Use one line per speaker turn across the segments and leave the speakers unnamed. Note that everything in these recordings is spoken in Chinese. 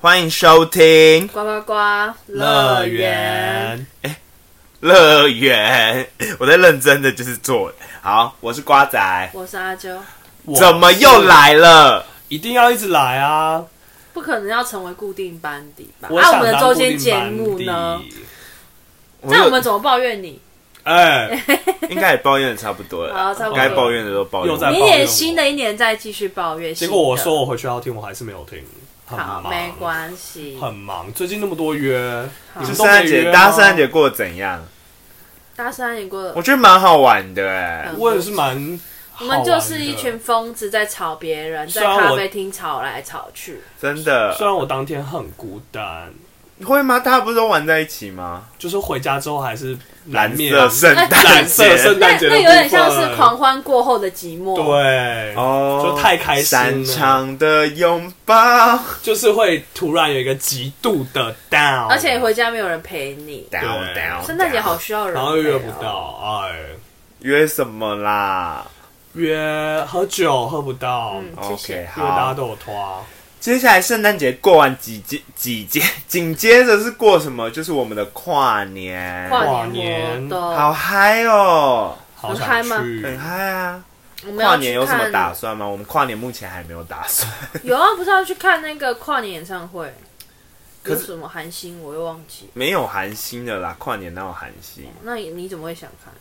欢迎收听
呱呱呱乐园，。
哎、乐园， 我在认真的就是做。好，我是瓜仔，
我是阿啾，
我
怎么又？来了？
一定要一直来啊！
不可能要成为固定班底吧？
我
啊，
想
我们的
当
周
固
间
定
节
班
目
底
呢？？
就
那我们怎么抱怨你？
哎，
应该也抱怨的差不多了
好，，差不
该
多。
抱怨的都抱
又在
怨。
明
抱怨
年
我
新的一年再继续抱怨新
结
的。
果我说我回去要听，我还是没有听，很
好，
忙，
没关系。
很忙。最近那么多约，
好
你
就
们
圣
都没
诞
约
节，
吗
大家圣诞节过得怎样？
大三也过了
我，觉得蛮好玩的哎、
嗯
我也是蛮
我
好玩的。
们就是一群疯子在吵别人，在
虽然我
咖啡厅吵来吵去。
真的
虽然我当天很孤单，
会吗？大家不是都玩在一起吗？
就是回家之后还是难
蓝
免啊
色圣诞节，
哎
蓝色圣
那
诞节的
那
部
有点
分
像是狂欢过后的寂寞。，
对，
哦，
哎就太开心
擅
了
长的拥抱，
就是会突然有一个极度的 down，
而且回家没有人陪你。
down down。
圣诞节好需要人，
啊
哦
然后又约不。到，
啊
哎，
约什么啦？
约喝酒喝不到，
嗯
因，
谢谢
OK，。
为大家
好。
都有拖啊。
接下来圣诞节过完几接几接，紧接着是过什么？就是我们的跨年，
跨
跨
年
年
活
好
动，
嗨哦，
好
很嗨
想
吗
去，
很嗨啊！
我们
跨
要
年
去
有什么
看
打算吗？我们跨年目前还没有打算。
有啊，不是要去看那个跨年演唱会？
可
有
是
什么韩星我又忘记。
没有寒心的啦，跨年哪有寒心？
那你你怎么会想看？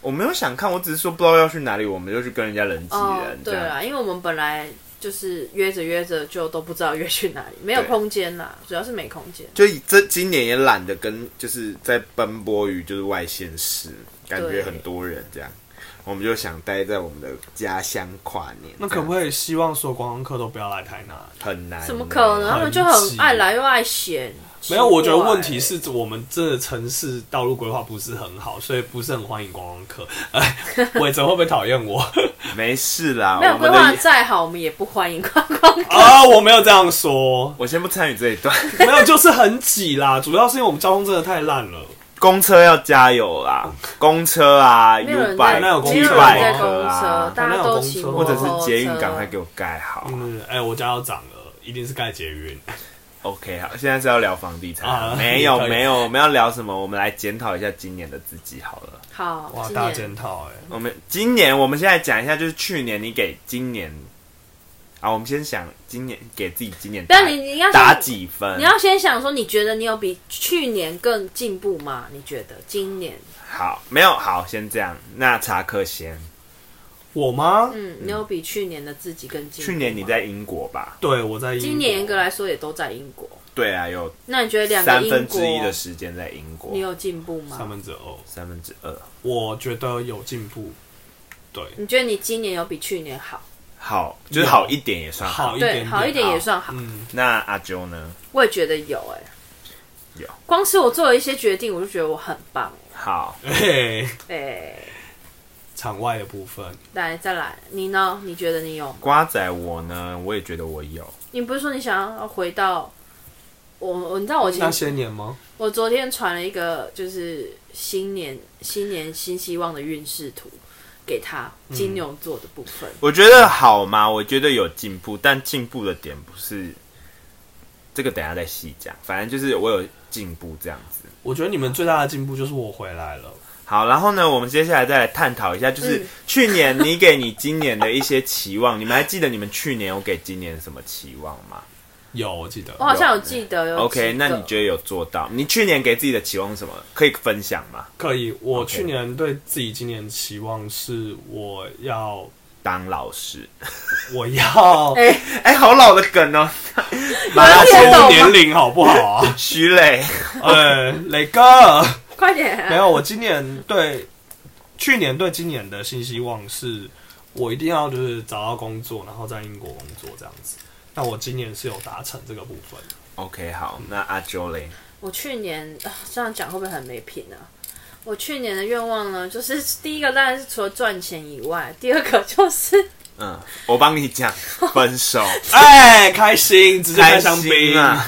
我没有想看，我只是说不知道要去哪里，我们就去跟人家人挤人。这
哦对啊
样。
啦，因为我们本来就是约着约着就都不知道约去哪里，没有
对
空间啦，主要是没空间。
就这今年也懒得跟，就是在奔波于就是外县市，感觉
对
很多人这样，我们就想待在我们的家乡跨年。
那可不
以？
可以希望所有观光客都不要来台南？
很难，
怎么可能？？他们就很爱来又爱闲。
没有，
奇怪
我觉得问题是我们这个城市道路规划不是很好，所以不是很欢迎观光 客。哎，伟哲会不会讨厌我？
没事啦，
没有
我
规
们
划
的。
再好，我们也不欢迎观光客。
啊，我没有这样说，
我先不参与这一段，
没有，就是很挤啦， 主要是因为我们交通真的太烂了。
公车要加油啦！公车啊
没有人在，
，U 拜、
那有公
没有
车
人
啊
在
bike
公车，
啊，
大家都骑摩
或
公
者
托
车
车。
是捷运，赶快给我盖好。
嗯，哎、我家要涨了，一定是盖捷运。
OK，好，现在是要聊房地产，
啊
没有
可以
没有，我们要聊什么？我们来检讨一下今年的自己好了。
好，
哇，
今
大
年
检讨哎，
我们今年，我们现在讲一下，就是去年你给今年，啊，我们先想今年给自己今年
不
打
哎
要你，你要
打
先
几分？
你要先想说，你觉得你有比去年更进步吗？你觉得今年，
好，没有好，先这样。那查克先，
我吗？
嗯，你有比去年的自己更进步吗？
去年你在英国吧？
对，我在英国
今年严格来说也都在英国。
对啊，有
那你觉得两个
三
英国
分之一的时间在英
你
国，
有进步
三
吗？
分之二，
三分之二。
我觉得有进步，对，
你觉得你今年有比去年好？
好，就是好一点也算好。
好一点
对，
点
好一点也算好。
嗯，
那阿啾呢？
我也觉得有、哎，
有。
光是我做了一些决定，我就觉得我很棒。
好，
嘿，
哎、
场外的部分，
来再来，你呢？你觉得你有吗？
瓜仔我呢，我也觉得我有。
你不是说你想要回到我？我你知道我前
那些年吗？
我昨天传了一个就是新年新年新希望的运势图给他，金牛座的部分。
我觉得好吗？我觉得有进步，但进步的点不是这个，等一下再细讲。反正就是我有进步这样子。
我觉得你们最大的进步就是我回来了，
好，然后呢，我们接下来再来探讨一下，就是
嗯
去年你给你今年的一些期望，你们还记得你们去年有给今年什么期望吗
有我记得
我，好像有记得有
？OK，
几
那
个
你觉得有做到？你去年给自己的期望是什么？可以分享吗？
可以。我
OK
去年对自己今年的期望是我要
当老师，
我 要
哎、
哎、好老的梗哦， 马
有
拉
人
松
听得懂吗
步年龄好不好 啊？
徐磊，
呃，磊哥，
快点啊、
没有，我今年对去年对今年的新希望是，我一定要就是找到工作，然后在英国工作这样子。那我今年是有达成这个部分，
OK，好，那阿啾嘞，
我去年啊这样讲会不会很没品啊？我去年的愿望呢，就是第一个当然是除了赚钱以外，第二个就是
嗯，我帮你讲，分 手。
哎，开心，直接
开
开香
心
槟！
啊！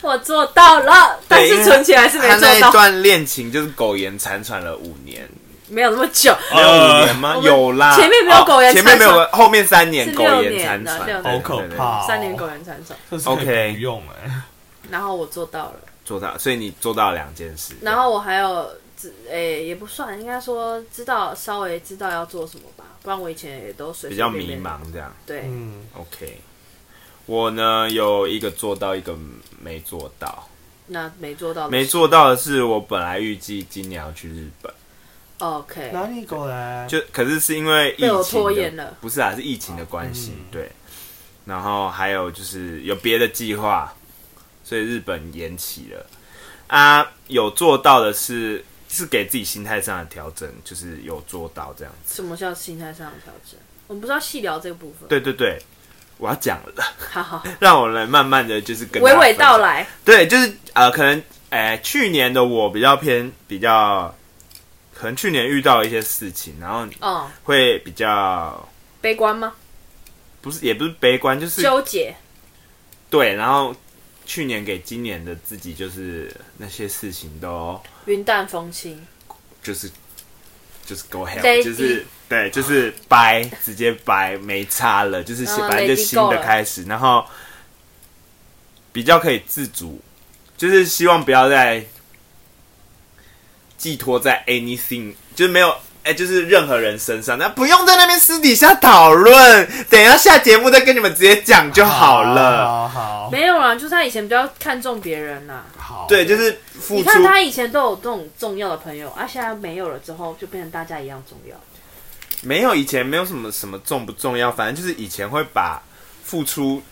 我做到了，但
对因
是
为
存钱还是没
他那
做
一
到。
段恋情就是苟延残喘了五年，
没有那么久，
没有五年吗？
呃我们
有啦，
前面没有苟延
哦前
残喘
面没有，后面三年
是
苟
六
延
年
残
的
喘
六，年
对对
好可
对
怕哦
三年苟延残喘，
这是可以
OK
不用哎、
然后我做到了，
做到，所以你做到了两件事，
然后我还有知诶、也不算，应该说知道稍微知道要做什么吧，不然我以前也都随
比
随
较
便
迷
便
茫。这样。
对，
嗯，
OK，我呢有一个做到，一个没做到。
那没做到的
没
是
做到的是，我本来预计今年要去日本，
，OK，
哪里过来？
就可是是因为疫情
被我
的
拖延了
不是啊，是疫情的关系，
嗯
对。然后还有就是有别的计划，所以日本延期了。啊，有做到的是是给自己心态上的调整，就是有做到这样子。
什么叫心态上的调整？我们不知道细聊这个部分，
对对对，我要讲了，
好好，
让我来慢慢的就是跟大
娓
家
娓
分享
道来，
对，就是呃，可能哎、去年的我比较偏比较，可能去年遇到一些事情，然后
哦，
会比较
悲观吗？
不是也不是悲观，就是
纠结，
对，然后去年给今年的自己就是那些事情都
云淡风轻，
就是就是 go
Let
ahead，
it
就是对，就是掰，直接掰，没差了，就是
嗯
反正就
let it
新
go
的
了
开始，然后比较可以自主，就是希望不要再寄托在 anything，就是没有。哎、就是任何人身上，那不用在那边私底下讨论，等一下下节目再跟你们直接讲就好了。
好好
没有啦，就是他以前比较看重别人啦。
好，
对，就是付
你
出
看他以前都有这种重要的朋友，啊，现在没有了之后，就变成大家一样重要。
没有以前没有什么什么重不重要，反正就是以前会把付出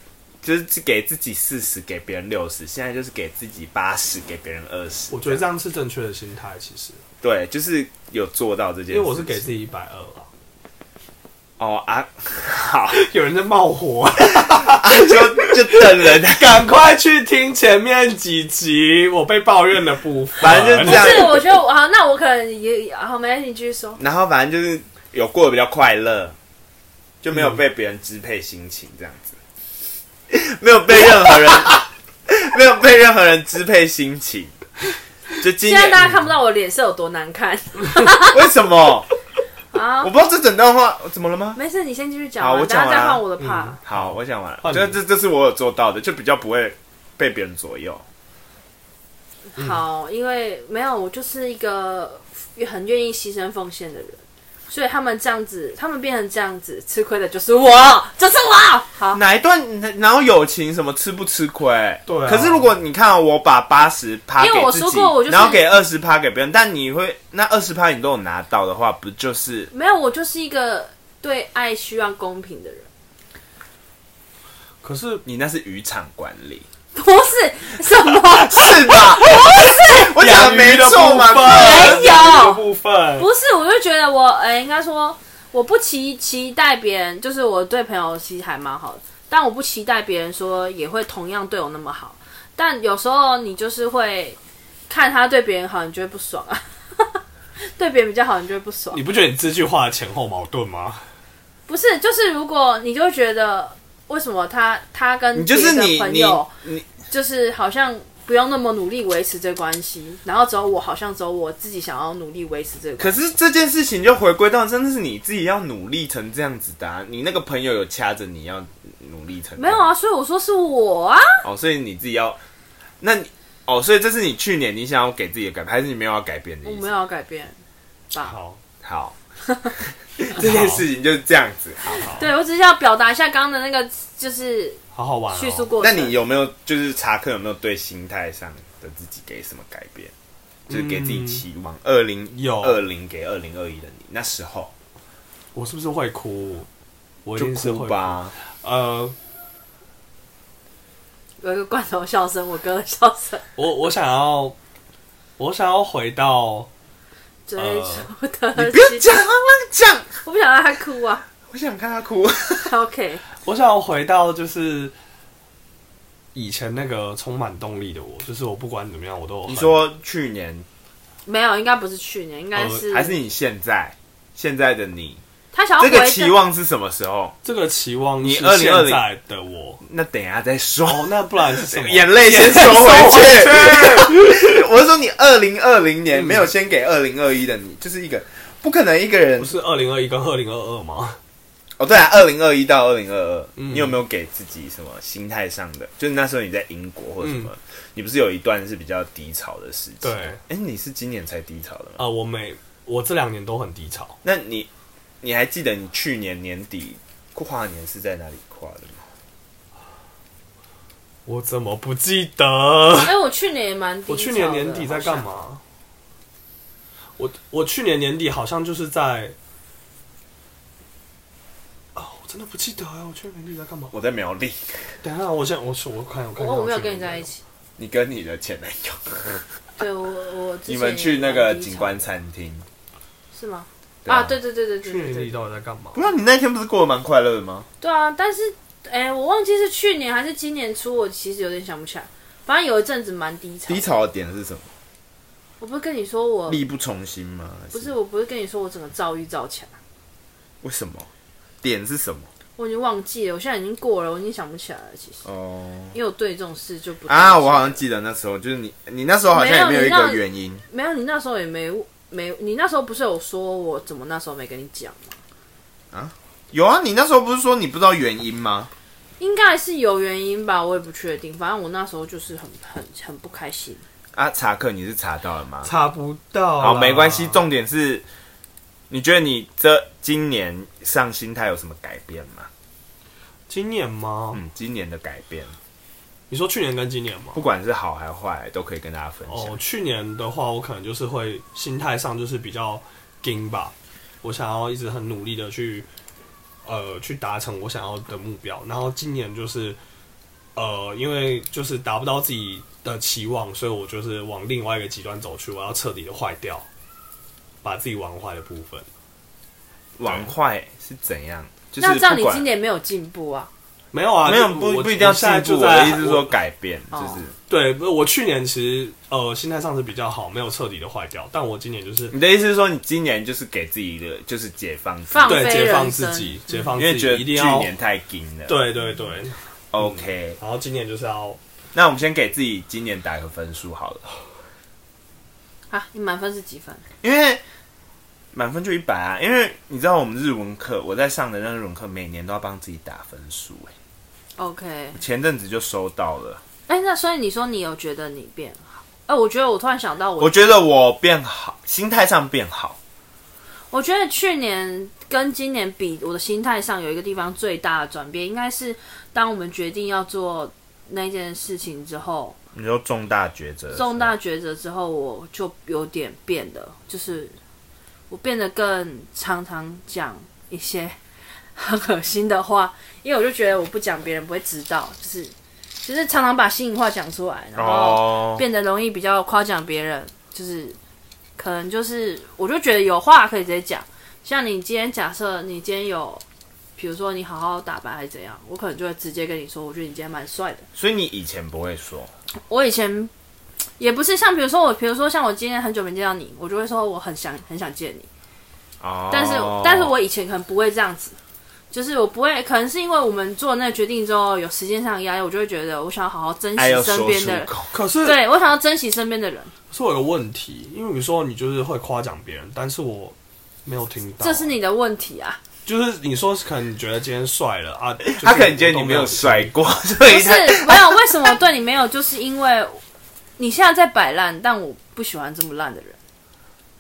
就是给自己四十，给别人六十，现在就是给自己八十，给别人二十。
我觉得这样是正确的心态，其实，
对，就是有做到这件事
因
情。
为我是给自己一百二啊。
哦啊，好，啊
有人在冒火，
就就等人，
赶快去听前面几集我被抱怨的部分。
反正就这样
是，我觉得我好，那我可能也好，没关系，你继续说。
然后反正就是有过得比较快乐，就没有被别人支配心情这样子， 没有被任何人 没有被任何人支配心情。就今
现
年
在大家看不到我脸色有多难 看
为什么？
啊
我！不知道这整段话怎么了吗？
没事，你先继续讲
好
完，
我
大
讲
家
完
再
啊
换我的 part。
好，我讲完了。
换你
这这这是我有做到的，就比较不会被别人左右。
嗯好，因为没有我就是一个很愿意牺牲奉献的人，所以他们这样子，他们变成这样子，吃亏的就是我， 就是我。好，
哪一段？哪哪有友情什么吃不吃亏？
对啊
可是如果你看我把八十趴
因为
给
我
自
说
己
过我就，是
然后给二十趴给别人，但你会那二十趴你都有拿到的话，不就是
没有我就是一个对爱需要公平的人，
可是
你那是渔场管理，
不是什么。
是吧？不是，我讲的没错嘛。
没有
养鱼的部分，
不是，我就觉得我，呃、应该说我不期期待别人，就是我对朋友其实还蛮好的，但我不期待别人说也会同样对我那么好。但有时候你就是会看他对别人好，你就会不爽啊； 对别人比较好，你就会不爽
你。不觉得你这句话的前后矛盾吗？
不是，就是如果你就会觉得为什么他他跟
你就
别
是
的
你
朋
你
友
你
就是好像不用那么努力维持这关系，然后只有我好像只有我自己想要努力维持这个关系
可是这件事情就回归到，真的是你自己要努力成这样子的、啊。你那个朋友有掐着你要努力成，
没有啊，？所以我说是我啊。
哦，所以你自己要，那你哦，所以这是你去年你想要给自己的改变，还是你没有要改变的
我
意
没
思？
有要改变吧？
好，
好，这件事情就是这样子。好，
对，我只是要表达一下刚刚的那个就是
好好玩、哦。
叙述过
那
程。
你有没有就是查克有没有对心态上的自己给什么改变？就是给自己期望，二零
嗯有
二零给二零二一的你那时候
我是不是会哭？我一
就
定是
哭
会。
吧。
呃，
有一个罐头笑声，我哥的笑声，
我我想要，我想要回到
追
呃
逐的、
你不要讲，啊，讲，
我不想让他哭啊。
我想看他哭。
OK，
我想回到就是以前那个充满动力的我，就是我不管怎么样，我都有
你
很
说去年
没有，应该不是去年，应该
呃
是、
还是你现在现在的你，
他想要
这
回
个
到
期。望是什么时候？
这个期望
你
是
2020
现在的我。
那等一下再说。
哦，那不然是什么？
眼泪先收回
嗯
去。我是说，你二零二零年没有先给二零二一的你，就是一个不可能一个人
不是二零二一跟二零二二吗？
哦，对啊，二零二一到二零二二，
嗯
你有没有给自己什么心态上的？就是那时候你在英国或者什么，你不是有一段是比较低潮的时期？
嗯对
哎，你是今年才低潮的吗？
啊、我每我这两年都很低潮，
那你你还记得你去年年底跨年是在哪里跨的吗？
我怎么不记得？
哎、我去年也蛮低潮的
我去年年底在干？嘛？我我去年年底好像就是在啊、我真的不记得哎，我去年年底在干嘛？
我在苗栗，
等一下，我现在我说我看我
好像
看一下
我我没有
去
跟
年
你在一
底
起。
你跟你的前男 友，
对我我之前
你们去那个
也蛮低潮
景观餐厅。
是吗？
对啊
啊，对对对对对
去年
对
年
对
底到底在干嘛？
不知道你那天不是过得蛮快乐的吗？
对啊，但是哎、我忘记是去年还是今年初，我其实有点想不起来。反正有一阵子蛮低潮。
低潮的点是什么？
我不是跟你说我
力不从心吗？还
哦不是，我不是跟你说我整个躁郁躁起来，
为什么？点是什么？
我已经忘记了，我现在已经过了，我已经想不起来了。其实，
哦、
因为我对这种事就不
啊，我好像记得那时候就是你，你那时候好像也没有
没有
一个
你让
原因。
没有你那时候也没没，你那时候不是有说我怎么那时候没跟你讲吗？
有啊，你那时候不是说你不知道原因吗？
应该是有原因吧，我也不确定。反正我那时候就是很很很不开心。
啊，查克，你是查到了吗？
查不到，
好，没关系。。重点是，你觉得你这今年上心态有什么改变吗？
今年吗？
嗯，今年的改变，
你说去年跟今年吗？
不管是好还坏，都可以跟大家分享。
哦，去年的话，我可能就是会心态上就是比较紧吧，我想要一直很努力的去，呃，去达成我想要的目标。然后今年就是，呃，因为就是达不到自己的期望，所以我就是往另外一个极端走去，我要彻底的坏掉，把自己玩坏的部分。
玩坏是怎样？就是
那这样
不
你
管
今年没有进步啊？
没有啊，
没有
就
不
我
不一定要
我
进
现在
步，啊
就
我的意
在
思是说改变，就
哦
是
对，不是我去年其实呃心态上是比较好，没有彻底的坏掉，但我今年就是
你的意思是说你今年就是给自己的就是解放自己，
放
对
飞
解放
人
自
生
己，解放
嗯因
自
为
己
觉，得
一
去
定要
年太紧了。
对对对。
，OK，
然后今年就是要
那我们先给自己今年打个分数好了，
啊，你满分是几分？
因为满分就一百啊。因为你知道我们日文课，我在上的那个日文课，每年都要帮自己打分数、欸，
OK，哎、
前阵子就收到了。
那所以你说你有觉得你变好？哎、我觉得我突然想到我，
我
我
觉得我变好，心态上变好。
觉得去年跟今年比，我的心态上有一个地方最大的转变，应该是当我们决定要做那件事情之后，
你说重大抉择，
重大抉择之后，我就有点变了，就是我变得更常常讲一些 很恶心的话，因为我就觉得我不讲别人不会知道，就是就是常常把心里话讲出来，然后。
哦，
变得容易比较夸奖别人，就是可能就是我就觉得有话可以直接讲。像你今天假设你今天有，比如说你好好打扮还是怎样，我可能就会直接跟你说，我觉得你今天蛮帅的。
所以你以前不会说，
我以前也不是像比如说我，比如说像我今天很久没见到你，我就会说我很想很想见你。
哦，
但是、但是我以前可能不会这样子，就是我不会，可能是因为我们做那个决定之后有时间上的压力，我就会觉得我想要好好珍
爱要
惜
哎说
身边
出
的 人，
口，
可是
对我想要珍惜身边的人。
可是我有个问题，因为你说你就是会夸奖别人，但是我没有听到。
这是你的问题啊！
就是你说可能你觉得今天帅了 啊，就是
他可能觉
我
得
都
你没
没
有
听
帅。过， 所以
不
他
是没有，为什么对你没有？就是因为你现在在摆烂，但我不喜欢这么烂的人，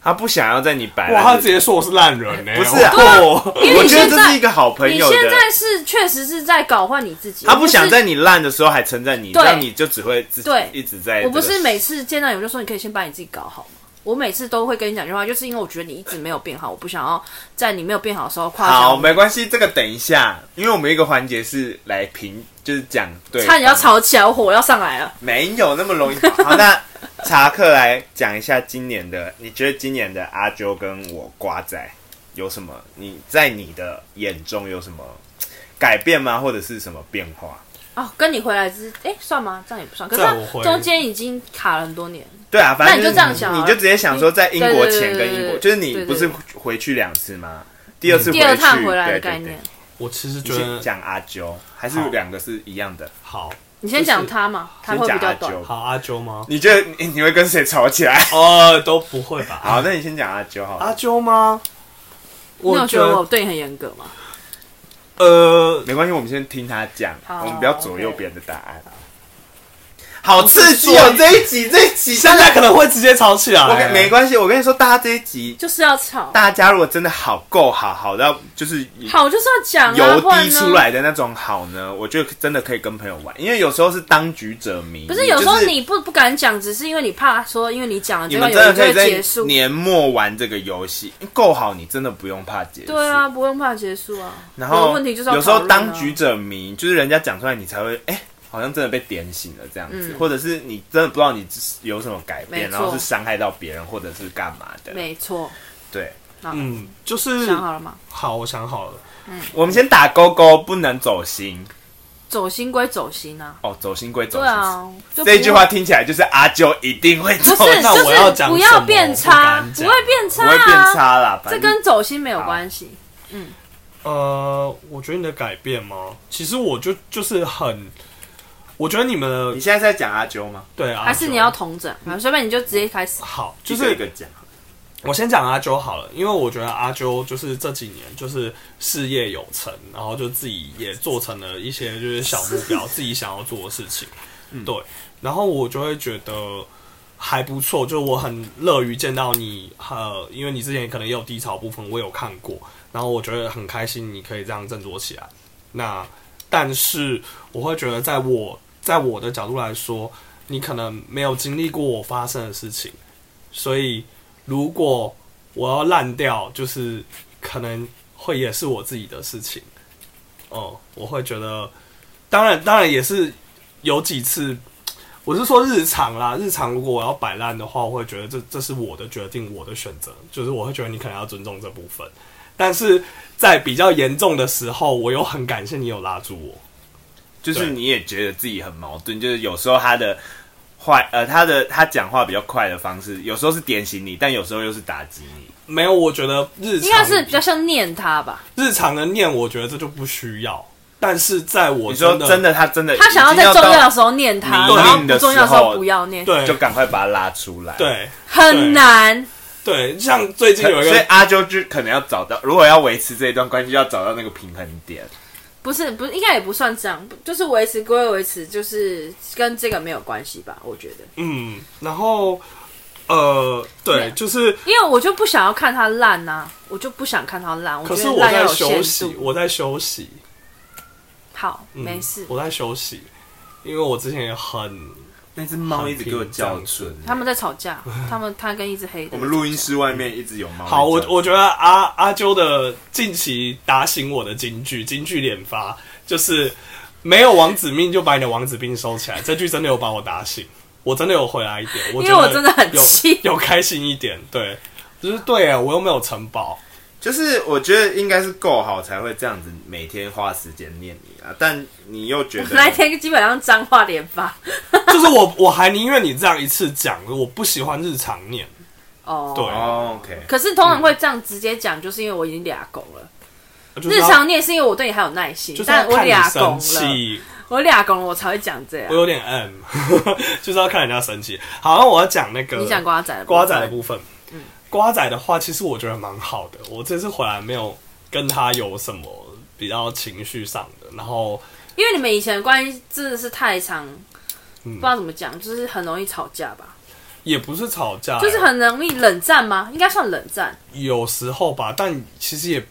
他不想要在你摆
哇，他
烂
直。接说我是烂人呢、
不是啊
我
因为
我
你
觉得
现
这是一
在。
个好朋
你
友
现
的，
在是确实是在搞坏你自己。
他
我
不
是
想在你烂的时候还称赞你，
对
让你就只会自己
对
一直在这个。
我不是每次见到你我就说你可以先把你自己搞好吗？我每次都会跟你讲这句话，就是因为我觉得你一直没有变好，我不想要在你没有变好的时候夸
好，
奖你。
没关系，这个等一下，因为我们一个环节是来评，就是讲对，
差点要，吵起来，我火要上来了。
没有那么容易。 好，那查克来讲一下今年的，你觉得今年的阿啾跟我瓜仔有什么？你在你的眼中有什么改变吗？或者是什么变化？
哦，跟你回来之，哎、算吗？这样也不算。可是
这样我会
中间已经卡了很多年。
对啊，反
那
正
你
是
就这样想啊
你就直接想说，在英国前跟英国，
对对对对对
就是你
对对
不是回去两次吗？嗯第二次回
第
去
二趟回来的
对
概
对对
念，
我其实
你
觉
先
得
讲阿啾，还是
好
两个是一样的？
好，
你先讲他嘛，他会比较
先讲
短
阿。啾
好阿啾吗？
你觉得你 你会跟谁吵起来？
哦，都不会吧？
好，那你先讲阿啊啾好了。
阿啾吗？
你有
觉
觉得我对你很严格吗？
呃，
没关系，我们先听他讲，
好
我们不要左右
OK
别人的答案。好刺激哦！
我是说
这一集，这一集
现在可能会直接吵起来。
我跟没关系，我跟你说，大家这一集，
就是要吵，
大家如果真的好够好，好到就是
好就是要讲啊，
油
不然
滴出
呢？
来的那种好呢，我觉得真的可以跟朋友玩，因为有时候是当局者迷，
不是有时候
就是
你不不敢讲，只是因为你怕说，因为你讲了，
你
结果
们
有
真的
人就
可以
会
在
结束。
年末玩这个游戏，够好，你真的不用怕结束。
对啊，不用怕结束啊。
然
我
后
的问题就是要
有时候
讨论啊
当局者迷，就是人家讲出来，你才会哎、好像真的被点醒了这样子，
嗯
或者是你真的不知道你有什么改变，
没错
然后是伤害到别人，或者是干嘛的。
没错，
对，
嗯，就是
想好了吗？
好，我想好了。
我们先打勾勾，不能走心
走心归走心啊，
哦，走心归走
对
心。
啊，就不
这一句话听起来就是阿啾一定会
不
走，
是，啊
那
就
我要
是
讲
不
什
要
么
变
我不
差，
敢
不
讲
会变差
不会变
啊，
差啦。
这
反正
跟走心没有关系。
呃，我觉得你的改变吗？其实我就就是很，我觉得你们的
你现在是在讲阿啾吗？
对啊，
还是你要同整，反正随便你就直接开始。
好，就
一个
是
一个讲。
我先讲阿啾好了，因为我觉得阿啾就是这几年就是事业有成，然后就自己也做成了一些就是小目标，自己想要做的事情。对，然后我就会觉得还不错，就是我很乐于见到你，呃，因为你之前可能也有低潮部分，我有看过，然后我觉得很开心，你可以这样振作起来。那但是我会觉得，在我在我的角度来说，你可能没有经历过我发生的事情，所以如果我要烂掉，就是可能会也是我自己的事情。哦、我会觉得，当然，当然也是有几次，我是说日常啦，日常如果我要摆烂的话，我会觉得这这是我的决定，我的选择，就是我会觉得你可能要尊重这部分。但是在比较严重的时候，我又很感谢你有拉住我。
就是
对
你也觉得自己很矛盾，就是有时候他的坏呃，他的他讲话比较快的方式，有时候是点醒你，但有时候又是打击你。
没有，我觉得日
应
常
该是比较像念他吧，
日常的念，我觉得这就不需要。但是在我
你说
的
真的，他真的
他想
已
要
经
在
要
重要
到
的时候念他，
你
然后
命的
不重要的时
时候
候不要念，
对
就赶快把他拉出来。，
对
很难。
对，像最近有一
所以
个
阿啾就可能要找到，如果要维持这一段关系，就要找到那个平衡点。
不是不是，应该也不算这样，就是维持归维持，就是跟这个没有关系吧？我觉得，
嗯，然后呃，对，就是
因为我就不想要看他烂呐、我就不想看他烂，我
可
觉
是
得
我
烂要
在
有
休
限
息，
度。
我在休息，
好，
嗯
没事，
我在休息，因为我之前也很
那只猫一直给我叫
很平
春
静，
他们在吵 架，他们他跟一只黑的。
我们录音室外面一直有猫。
好，我我觉得阿阿啾的近期打醒我的金句，金句连发就是没有王子命就把你的王子病收起来，这句真的有把我打醒，我真的有回来一点，我
因为
觉
我真的很
有
气
有开心一点，对，就是对啊我又没有城堡，
就是我觉得应该是够好才会这样子每天花时间念你啊，但你又觉得
那一天基本上脏话连发。
就是我我还宁愿你这样一次讲，我不喜欢日常念，
哦，
对
哦，OK，
可是通常会这样直接讲，就是因为我已经俩拱了。
就是
日
要
常念是因为我对你还有耐心，
嗯就是要
但我
看你
俩拱
生
了，
气，
我俩拱了，我才会讲这样
我。有点 M，就是要看人家生气。好，那我要讲那个，
你讲瓜仔嗯的部分，
瓜仔的部分，瓜仔的话，其实我觉得蛮好的。我这次回来没有跟他有什么比较情绪上的，然后
因为你们以前的关系真的是太长，不
嗯
知道怎么讲，就是很容易吵架吧，
也不是吵架，
哎
就是很容易冷战吗？应该算冷战，
有时候吧，但其实也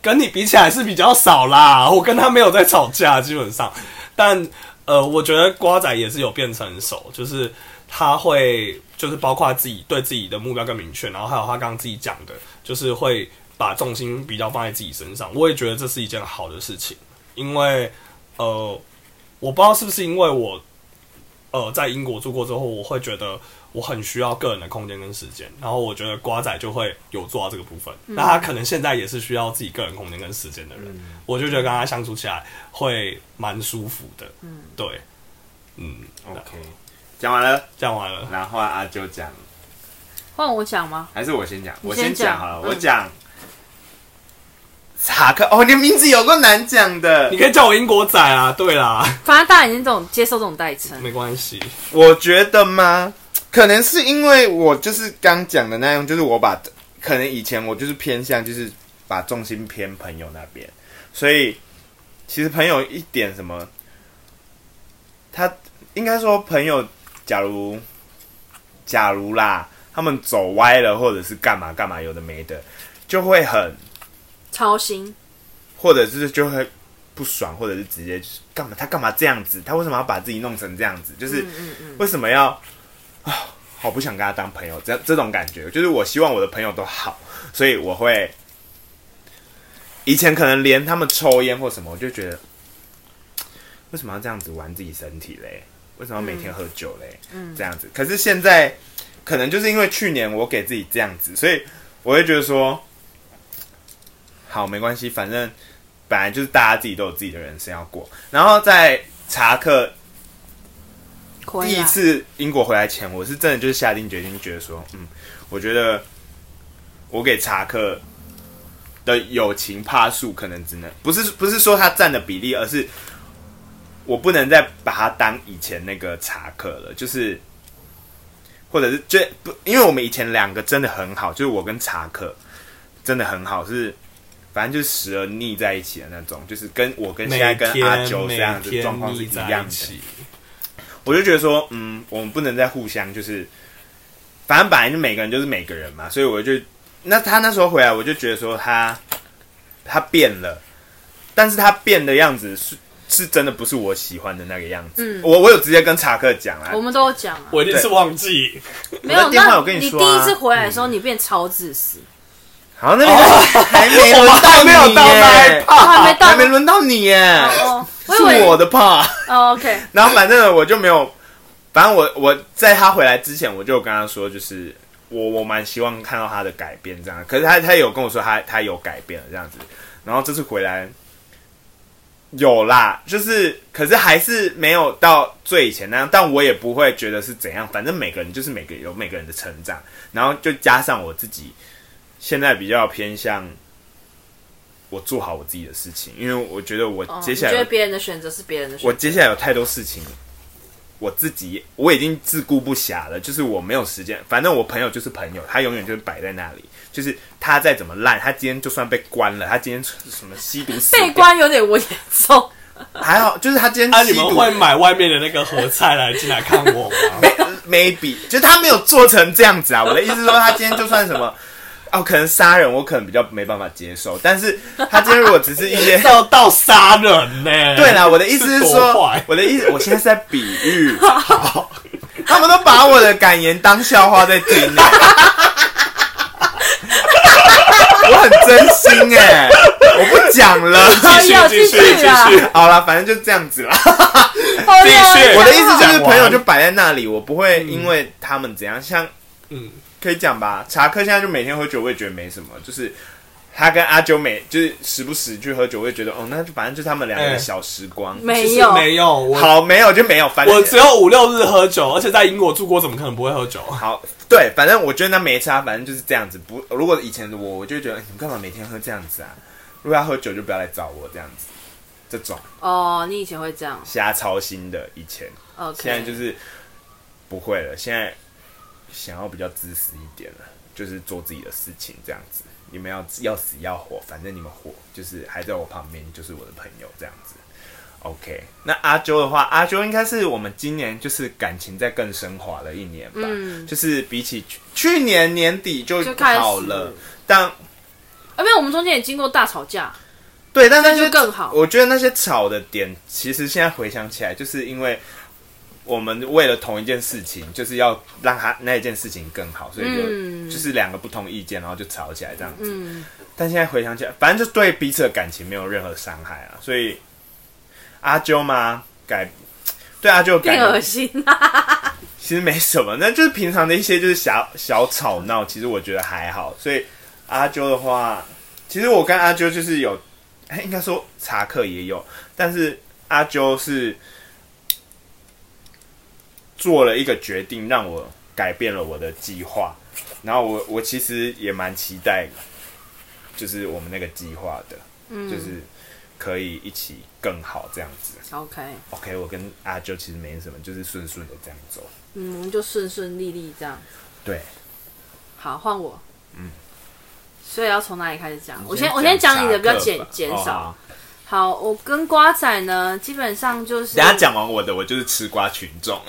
跟你比起来是比较少啦。我跟他没有在吵架，基本上，但呃，我觉得瓜仔也是有变成熟，就是他会就是包括自己对自己的目标更明确，然后还有他刚刚自己讲的，就是会把重心比较放在自己身上。我也觉得这是一件好的事情，因为呃，我不知道是不是因为我呃在英国住过之后，我会觉得我很需要个人的空间跟时间，然后我觉得瓜仔就会有做到这个部分。那他可能现在也是需要自己个人空间跟时间的人，
嗯
我就觉得跟他相处起来会蛮舒服的。嗯，对，嗯，
OK，讲完了，
讲完了。
然后换阿啾讲，
换我讲吗？
还是我先讲？
你嗯
我
先
讲
讲
好了，
嗯
我讲查克哦，你的名字有个难讲的
你。可以叫我英国仔啊，对啦，
反正大家已经这种接受这种代称，
没关系。
我觉得吗？可能是因为我就是刚讲的那样，就是我把可能以前我就是偏向就是把重心偏朋友那边，所以其实朋友一点什么，他应该说朋友，假如假如啦，他们走歪了或者是干嘛干嘛有的没的，就会很
超新。
或者是就会不爽，或者是直接就是干嘛他干嘛这样子，他为什么要把自己弄成这样子？就是为什么要啊，好不想跟他当朋友，这这种感觉，就是我希望我的朋友都好，所以我会以前可能连他们抽烟或什么，我就觉得为什么要这样子玩自己身体嘞？为什么要每天喝酒嘞？这样子，可是现在可能就是因为去年我给自己这样子，所以我会觉得说。好，没关系，反正本来就是大家自己都有自己的人生要过。然后在查克
回
第一
来
次英国回来前，我是真的就是下定决心，觉得说，嗯，我觉得我给查克的友情帕数可能只能不是不是说他占的比例，而是我不能再把他当以前那个查克了，就是或者是就不，因为我们以前两个真的很好，就是我跟查克真的很好，是反正就是时而腻在一起的那种，就是跟我跟
每
现在跟阿
天
九这
每
样子状
天
况是
腻
一
在
样
一
的。
起，
我就觉得说，嗯，我们不能再互相就是，反正本来就每个人就是每个人嘛，所以我就那他那时候回来，我就觉得说他他变了，但是他变的样子是是真的不是我喜欢的那个样子。
嗯
我我有直接跟查克讲啦，
我们都有讲啊，
我一定是 忘记。
没有。
我在电话
那
有跟
你
你
第
说啊
一次回来的时候，你变超自私，
好，那你就是还没
我
轮
们
到
还没有
你
到那一
耶，
哦还没到
还啊没轮到你耶，
哦，我以
是
为
我的 part。
哦，OK，
然后反正我就没有，反正我我在他回来之前，我就有跟他说，就是我我蛮希望看到他的改变这样。可是他他有跟我说他他有改变了这样子，然后这次回来有啦，就是可是还是没有到最以前那样，但我也不会觉得是怎样，反正每个人就是每个有每个人的成长，然后就加上我自己现在比较偏向。我做好我自己的事情，因为我觉得我
哦
接下来
你
有
觉得别人的选择是别人的选
我
择，
接下来有太多事情，我自己我已经自顾不暇了，就是我没有时间。反正我朋友就是朋友，他永远就是摆在那里，就是他再怎么烂，他今天就算被关了，他今天什么吸毒死掉
被关有点我严 重，
还好，就是他今
啊，
天
你
吸
们
毒、
会买外面的那个盒菜来进来看我 吗？
maybe 就是他没有做成这样子啊。我的意思是说，他今天就算什么。哦，可能杀人我可能比较没办法接受，但是他今天如果只是一些
要到杀人呢、
对啦，我的意思是
哎是
说
多坏，
我的意 思，我现在是在比喻，他们都把我的感言当笑话在听、 欸，我很真心哎、我不讲 了，
哎呦
继续继续
继续啊
继续，
好了，反正就这样子啦。
好
继续
呀
我的意思就是，朋友就摆在那里，我不会因为他们怎样，像
嗯，
可以讲吧。查克现在就每天喝酒，我也觉得没什么，就是。他跟阿九每就是时不时去喝酒，我也觉得哦，那就反正就他们两个
哎
的小时光。
没
其
有
实没有，我
好，没有就没有，反正
我只有五六日喝酒，而且在英国住过，怎么可能不会喝酒？
好，对，反正我觉得那没差，反正就是这样子。不，如果以前的我，我就会觉得、哎你们干嘛每天喝这样子啊？如果要喝酒，就不要来找我这样子。这种
哦，你以前会这样
瞎操心的，以前
，OK，
现在就是不会了。现在想要比较自私一点了，就是做自己的事情这样子。你们要要死要活，反正你们活就是还在我旁边，就是我的朋友这样子。OK，那阿啾的话，阿啾应该是我们今年就是感情在更升华了一年吧，
嗯
就是比起去去年年底就
就开始
好了，但
啊，没有，我们中间也经过大吵架，
对，但那
那就
些
更好
我觉得那些吵的点，其实现在回想起来，就是因为我们为了同一件事情，就是要让他那一件事情更好，所以就、
嗯
就是两个不同意见，然后就吵起来这样子。
嗯，
但现在回想起来，反正就对彼此的感情没有任何伤害啊。所以阿啾嘛，改对阿啾改
变恶心啊，
其实没什么，那就是平常的一些就是小小吵闹，其实我觉得还好。所以阿啾的话，其实我跟阿啾就是有，哎，应该说查克也有，但是阿啾是做了一个决定，让我改变了我的计划。然后我我其实也蛮期待，就是我们那个计划的，就是可以一起更好这样子。
OK，
OK，我跟阿啾其实没什么，就是顺顺的这样走。
嗯，我们就顺顺利利这样。
对，
好，换我。所以要从哪里开始讲？我
嗯你
我先讲
扎
你的，比较
克
减
吧
减
哦
少。
好
好，我跟瓜仔呢，基本上就是
等一下讲完我的，我就是吃瓜群众。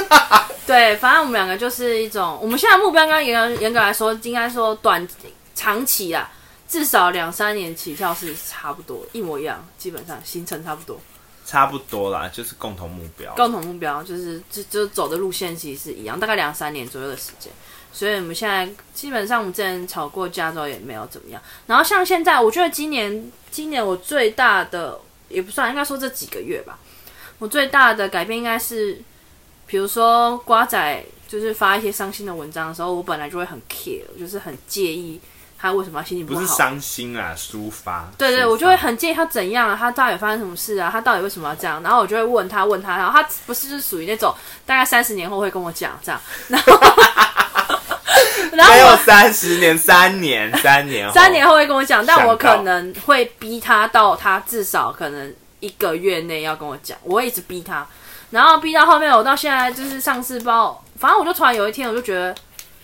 对，反正我们两个就是一种，我们现在目标，刚刚严格严格来说，应该说短长期啦，至少两三年起跳是差不多，一模一样，基本上行程差不多，
差不多啦，就是共同目标。
共同目标就是就就走的路线其实是一样，大概两三年左右的时间。所以我们现在基本上我们之前炒过加州也没有怎么样，然后像现在，我觉得今年今年我最大的也不算，应该说这几个月吧，我最大的改变应该是，比如说瓜仔就是发一些伤心的文章的时候，我本来就会很 care，就是很介意他为什么要心情不
不
好。
是伤心啊，抒发。
对
抒
对，
发
我就会很介意他怎样啊，他到底发生什么事啊，他到底为什么要这样？然后我就会问他，问他，然后他不是就是属于那种大概三十年后会跟我讲这样， 然后
没
然后
有
我
三十年，三年，三年后，
三年后会跟我讲，但我
想到
可能会逼他到他至少可能一个月内要跟我讲，我会一直逼他，然后逼到后面，我到现在就是上次包，反正我就突然有一天我就觉得，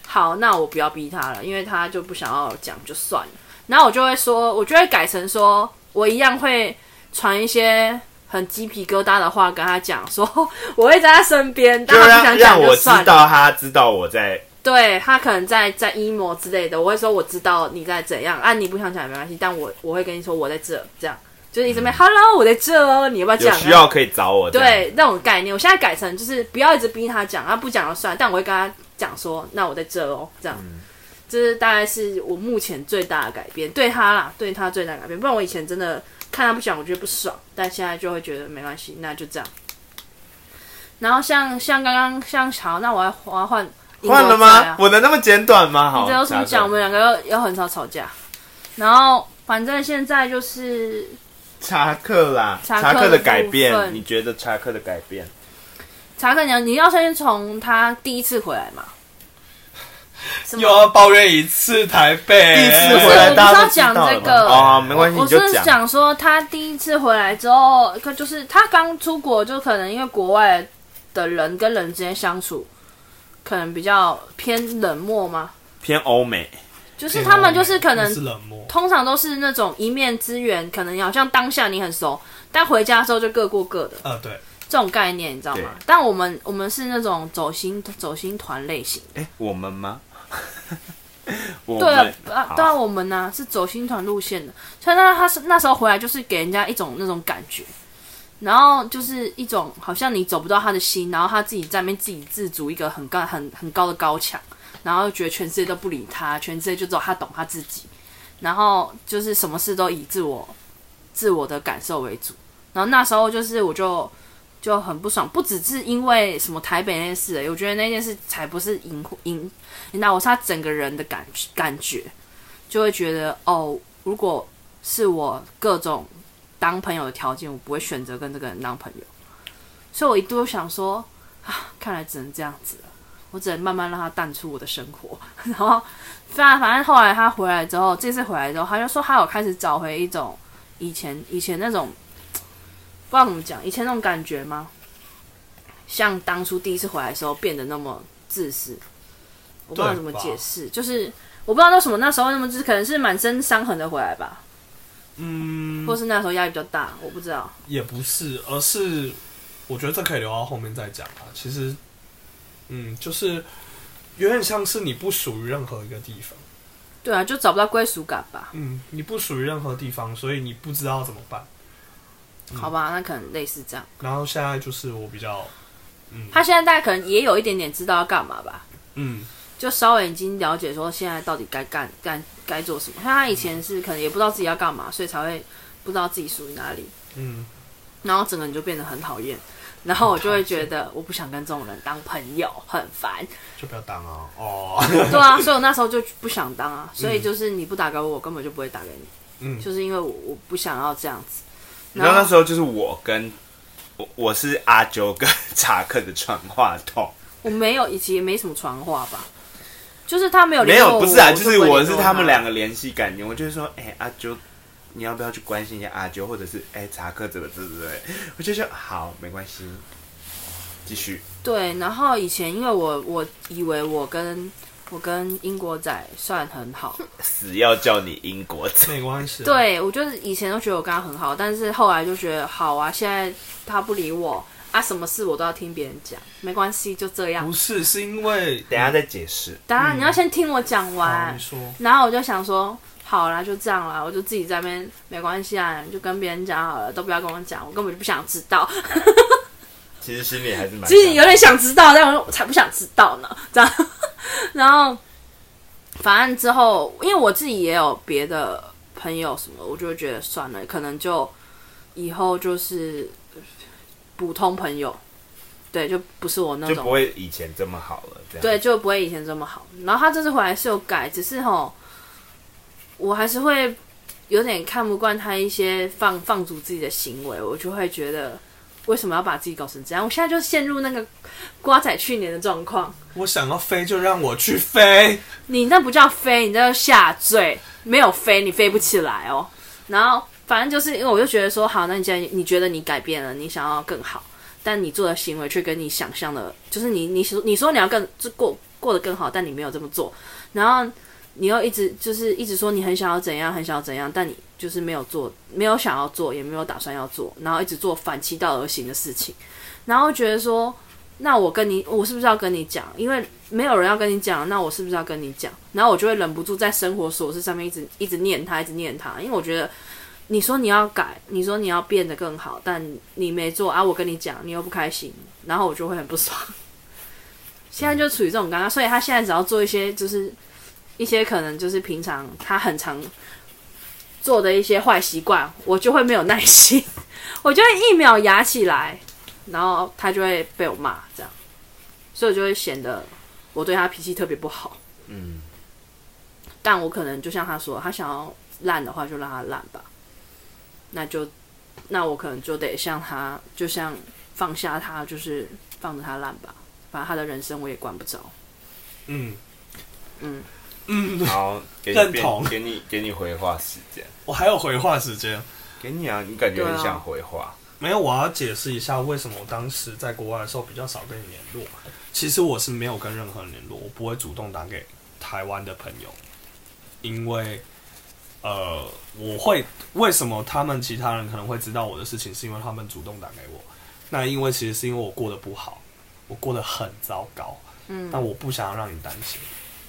好，那我不要逼他了，因为他就不想要讲就算了，然后我就会说，我就会改成说我一样会传一些。很鸡皮疙瘩的话跟他讲，说我会在他身边，
就
但他不
让
想讲
让
就
我知
算了。
道他知道我在
对他可能在在 emo 之类的，我会说我知道你在怎样啊，你不想讲也没关系，但我我会跟你说我在这，这样就是一直没、hello 嗯我在这哦，你要不要
有
讲、啊？
需要可以找我。这样，
对那种概念，我现在改成就是不要一直逼他讲，他不讲就算，但我会跟他讲说，那我在这哦，这样，
嗯
这是大概是我目前最大的改变，对他啦，对他最大的改变，不然我以前真的看他不讲，我觉得不爽，但现在就会觉得没关系，那就这样。然后像像刚刚像好，那我要我要换英国
换了
菜啊
吗？我的那么简短吗？好，
你知道有什么讲？我们两个又又很少吵架，然后反正现在就是
查克啦，
查克
查克的改
的部
变，
分
你觉得查克的改变？
查克娘，你要先从他第一次回来嘛？什
啊
又要抱怨一次台北，
第一次
不是
回来，
我
大家
不
都
是要
知道
讲
了
这个
吧哦，没关系，
我
你
是
就讲。
想说，他第一次回来之后，可就是他刚出国，就可能因为国外的人跟人之间相处，可能比较偏冷漠嘛。
偏欧美，
就是他们就是可能
嗯
是冷漠，
通常都是那种一面之缘，可能好像当下你很熟，但回家之后就各过各的。
呃，对，
这种概念，你知道
对
吗？但我们我们是那种走心走心团类型，
哎，我们吗？ 我
对啊
们，
啊
好
对啊，我们呢、是走心团路线的，所以那他是那时候回来就是给人家一种那种感觉，然后就是一种好像你走不到他的心，然后他自己在那边自己自足一个很高很很高的高墙，然后觉得全世界都不理他，全世界就只有他懂他自己，然后就是什么事都以自我自我的感受为主，然后那时候就是我就。就很不爽，不只是因为什么台北那件事而已，我觉得那件事才不是引引引导我，是他整个人的感感觉，就会觉得哦，如果是我各种当朋友的条件，我不会选择跟这个人当朋友。所以我一度想说啊，看来只能这样子了，我只能慢慢让他淡出我的生活。 然后，反正反正后来他回来之后，这次回来之后，他就说他有开始找回一种以前以前那种不知道怎么讲，以前那种感觉吗？像当初第一次回来的时候变得那么自私，我不知道
对
怎么
吧
解释，就是我不知道为什么那时候那么就是可能是满身伤痕的回来吧，
嗯
或，是那时候压力比较大，我不知道。
也不是，而是我觉得这可以留到后面再讲啊。其实，嗯，就是有点像是你不属于任何一个地方，
对啊，就找不到归属感吧？
嗯，你不属于任何地方，所以你不知道怎么办。
好吧，那可能类似这样。
然后现在就是我比较，嗯
他现在大概可能也有一点点知道要干嘛吧，
嗯，
就稍微已经了解说现在到底该干干该做什么。像他以前是可能也不知道自己要干嘛，所以才会不知道自己属于哪里，
嗯，
然后整个人就变得很讨厌。然后我就会觉得我不想跟这种人当朋友，很烦。
就不要当啊，哦，
对啊，所以我那时候就不想当啊，所以就是你不打给我，我根本就不会打给你，
嗯，
就是因为我我不想要这样子。
你知道
然后
那时候就是我跟我我是阿啾跟查克的传话筒，
我没有，以及也没什么传话吧，就是他没有
没
联络
有
我
不是啊，
哦我
就是
不会
我
联
是
络
他们两个联系感情，我就是说，哎、阿啾，你要不要去关心一下阿啾，或者是哎、查克怎么怎么怎么？我就说好，没关系，继续。
对，然后以前因为我我以为我跟我跟英国仔算很好，
死要叫你英国 仔，
没关系。，啊
对我就是以前都觉得我跟他很好，但是后来就觉得好啊，现在他不理我啊，什么事我都要听别人讲，没关系，就这样
不。是是因为
等一下再解释。
当然你要先听我讲
好
完，
你说
然后我就想说，好啦，就这样啦，我就自己在那边没关系啊，你就跟别人讲好了，都不要跟我讲，我根本就不想知道。
其实心里还是蛮……
其实有点想知道，但我才不想知道呢。这样， 然后反正之后，因为我自己也有别的朋友什么，我就会觉得算了，可能就以后就是普通朋友，对，就不是我那
就
种
不会以前这么好了，这样
对，就不会以前这么好。然后他这次回来是有改，只是吼，我还是会有点看不惯他一些放放逐自己的行为，我就会觉得为什么要把自己搞成这样？我现在就陷入那个瓜仔去年的状况，
我想要飞就让我去飞，
你那不叫飞，你那叫下坠，没有飞你飞不起来哦。然后反正就是因为我就觉得说，好，那你既然你觉得你改变了，你想要更好，但你做的行为却跟你想象的，就是你你说你说你要更就过过得更好，但你没有这么做，然后你又一直就是一直说你很想要怎样，很想要怎样，但你就是没有做，没有想要做，也没有打算要做，然后一直做反其道而行的事情，然后觉得说，那我跟你，我是不是要跟你讲？因为没有人要跟你讲，那我是不是要跟你讲？然后我就会忍不住在生活琐事上面一直一直念他，一直念他，因为我觉得你说你要改，你说你要变得更好，但你没做啊，我跟你讲，你又不开心，然后我就会很不爽。 现在就处于这种尴尬，所以他现在只要做一些就是一些可能就是平常他很常做的一些坏习惯，我就会没有耐心， 我就会一秒牙起来，然后他就会被我骂这样，所以我就会显得我对他脾气特别不好。
嗯，
但我可能就像他说，他想要烂的话就让他烂吧，那就那我可能就得像他，就像放下他，就是放着他烂吧，反正他的人生我也管不着。
嗯
嗯
嗯，
好，给你
认
变
同
给你给你回话时间，
我还有回话时间。
给你啊，你感觉
对
很
啊
想回话，
没有，我要解释一下为什么我当时在国外的时候比较少跟你联络。其实我是没有跟任何人联络，我不会主动打给台湾的朋友，因为呃，我会为什么他们其他人可能会知道我的事情，是因为他们主动打给我。那因为其实是因为我过得不好，我过得很糟糕。
嗯
但我不想要让你担心，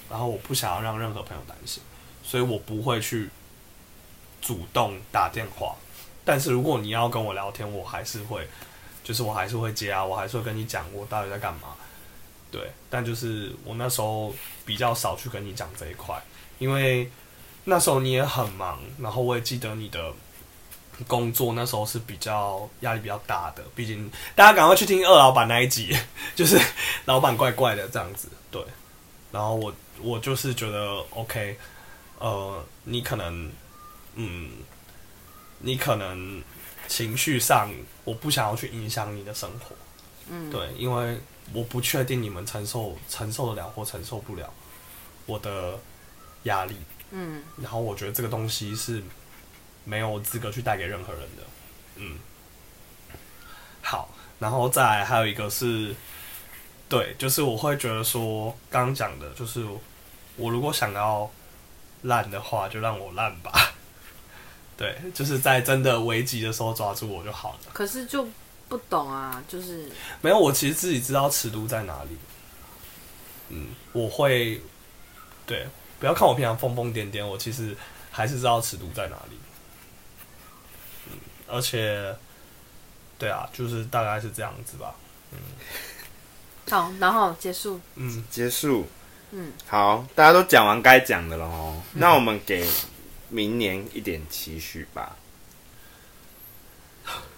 然后我不想要让任何朋友担心，所以我不会去主动打电话。但是如果你要跟我聊天，我还是会，就是我还是会接啊，我还是会跟你讲我到底在干嘛。对，但就是我那时候比较少去跟你讲这一块，因为那时候你也很忙，然后我也记得你的工作那时候是比较压力比较大的，毕竟大家赶快去听二老板那一集， 就是老板怪怪的这样子，对。然后我我就是觉得 OK，呃，你可能，嗯，你可能情绪上，我不想要去影响你的生活，
嗯，
对，因为我不确定你们承受承受得了或承受不了我的压力，
嗯
然后我觉得这个东西是没有资格去带给任何人的。嗯，好，然后再来还有一个是，对，就是我会觉得说，刚刚讲的就是，我如果想要烂的话，就让我烂吧。对，就是在真的危急的时候抓住我就好了。
可是就不懂啊，就是
没有，我其实自己知道尺度在哪里。嗯，我会，对，不要看我平常疯疯癫癫，我其实还是知道尺度在哪里。嗯，而且，对啊，就是大概是这样子吧。
好，然后结束。
嗯，
结束。
嗯，
好，大家都讲完该讲的了哦。那我们给明年一点期许吧，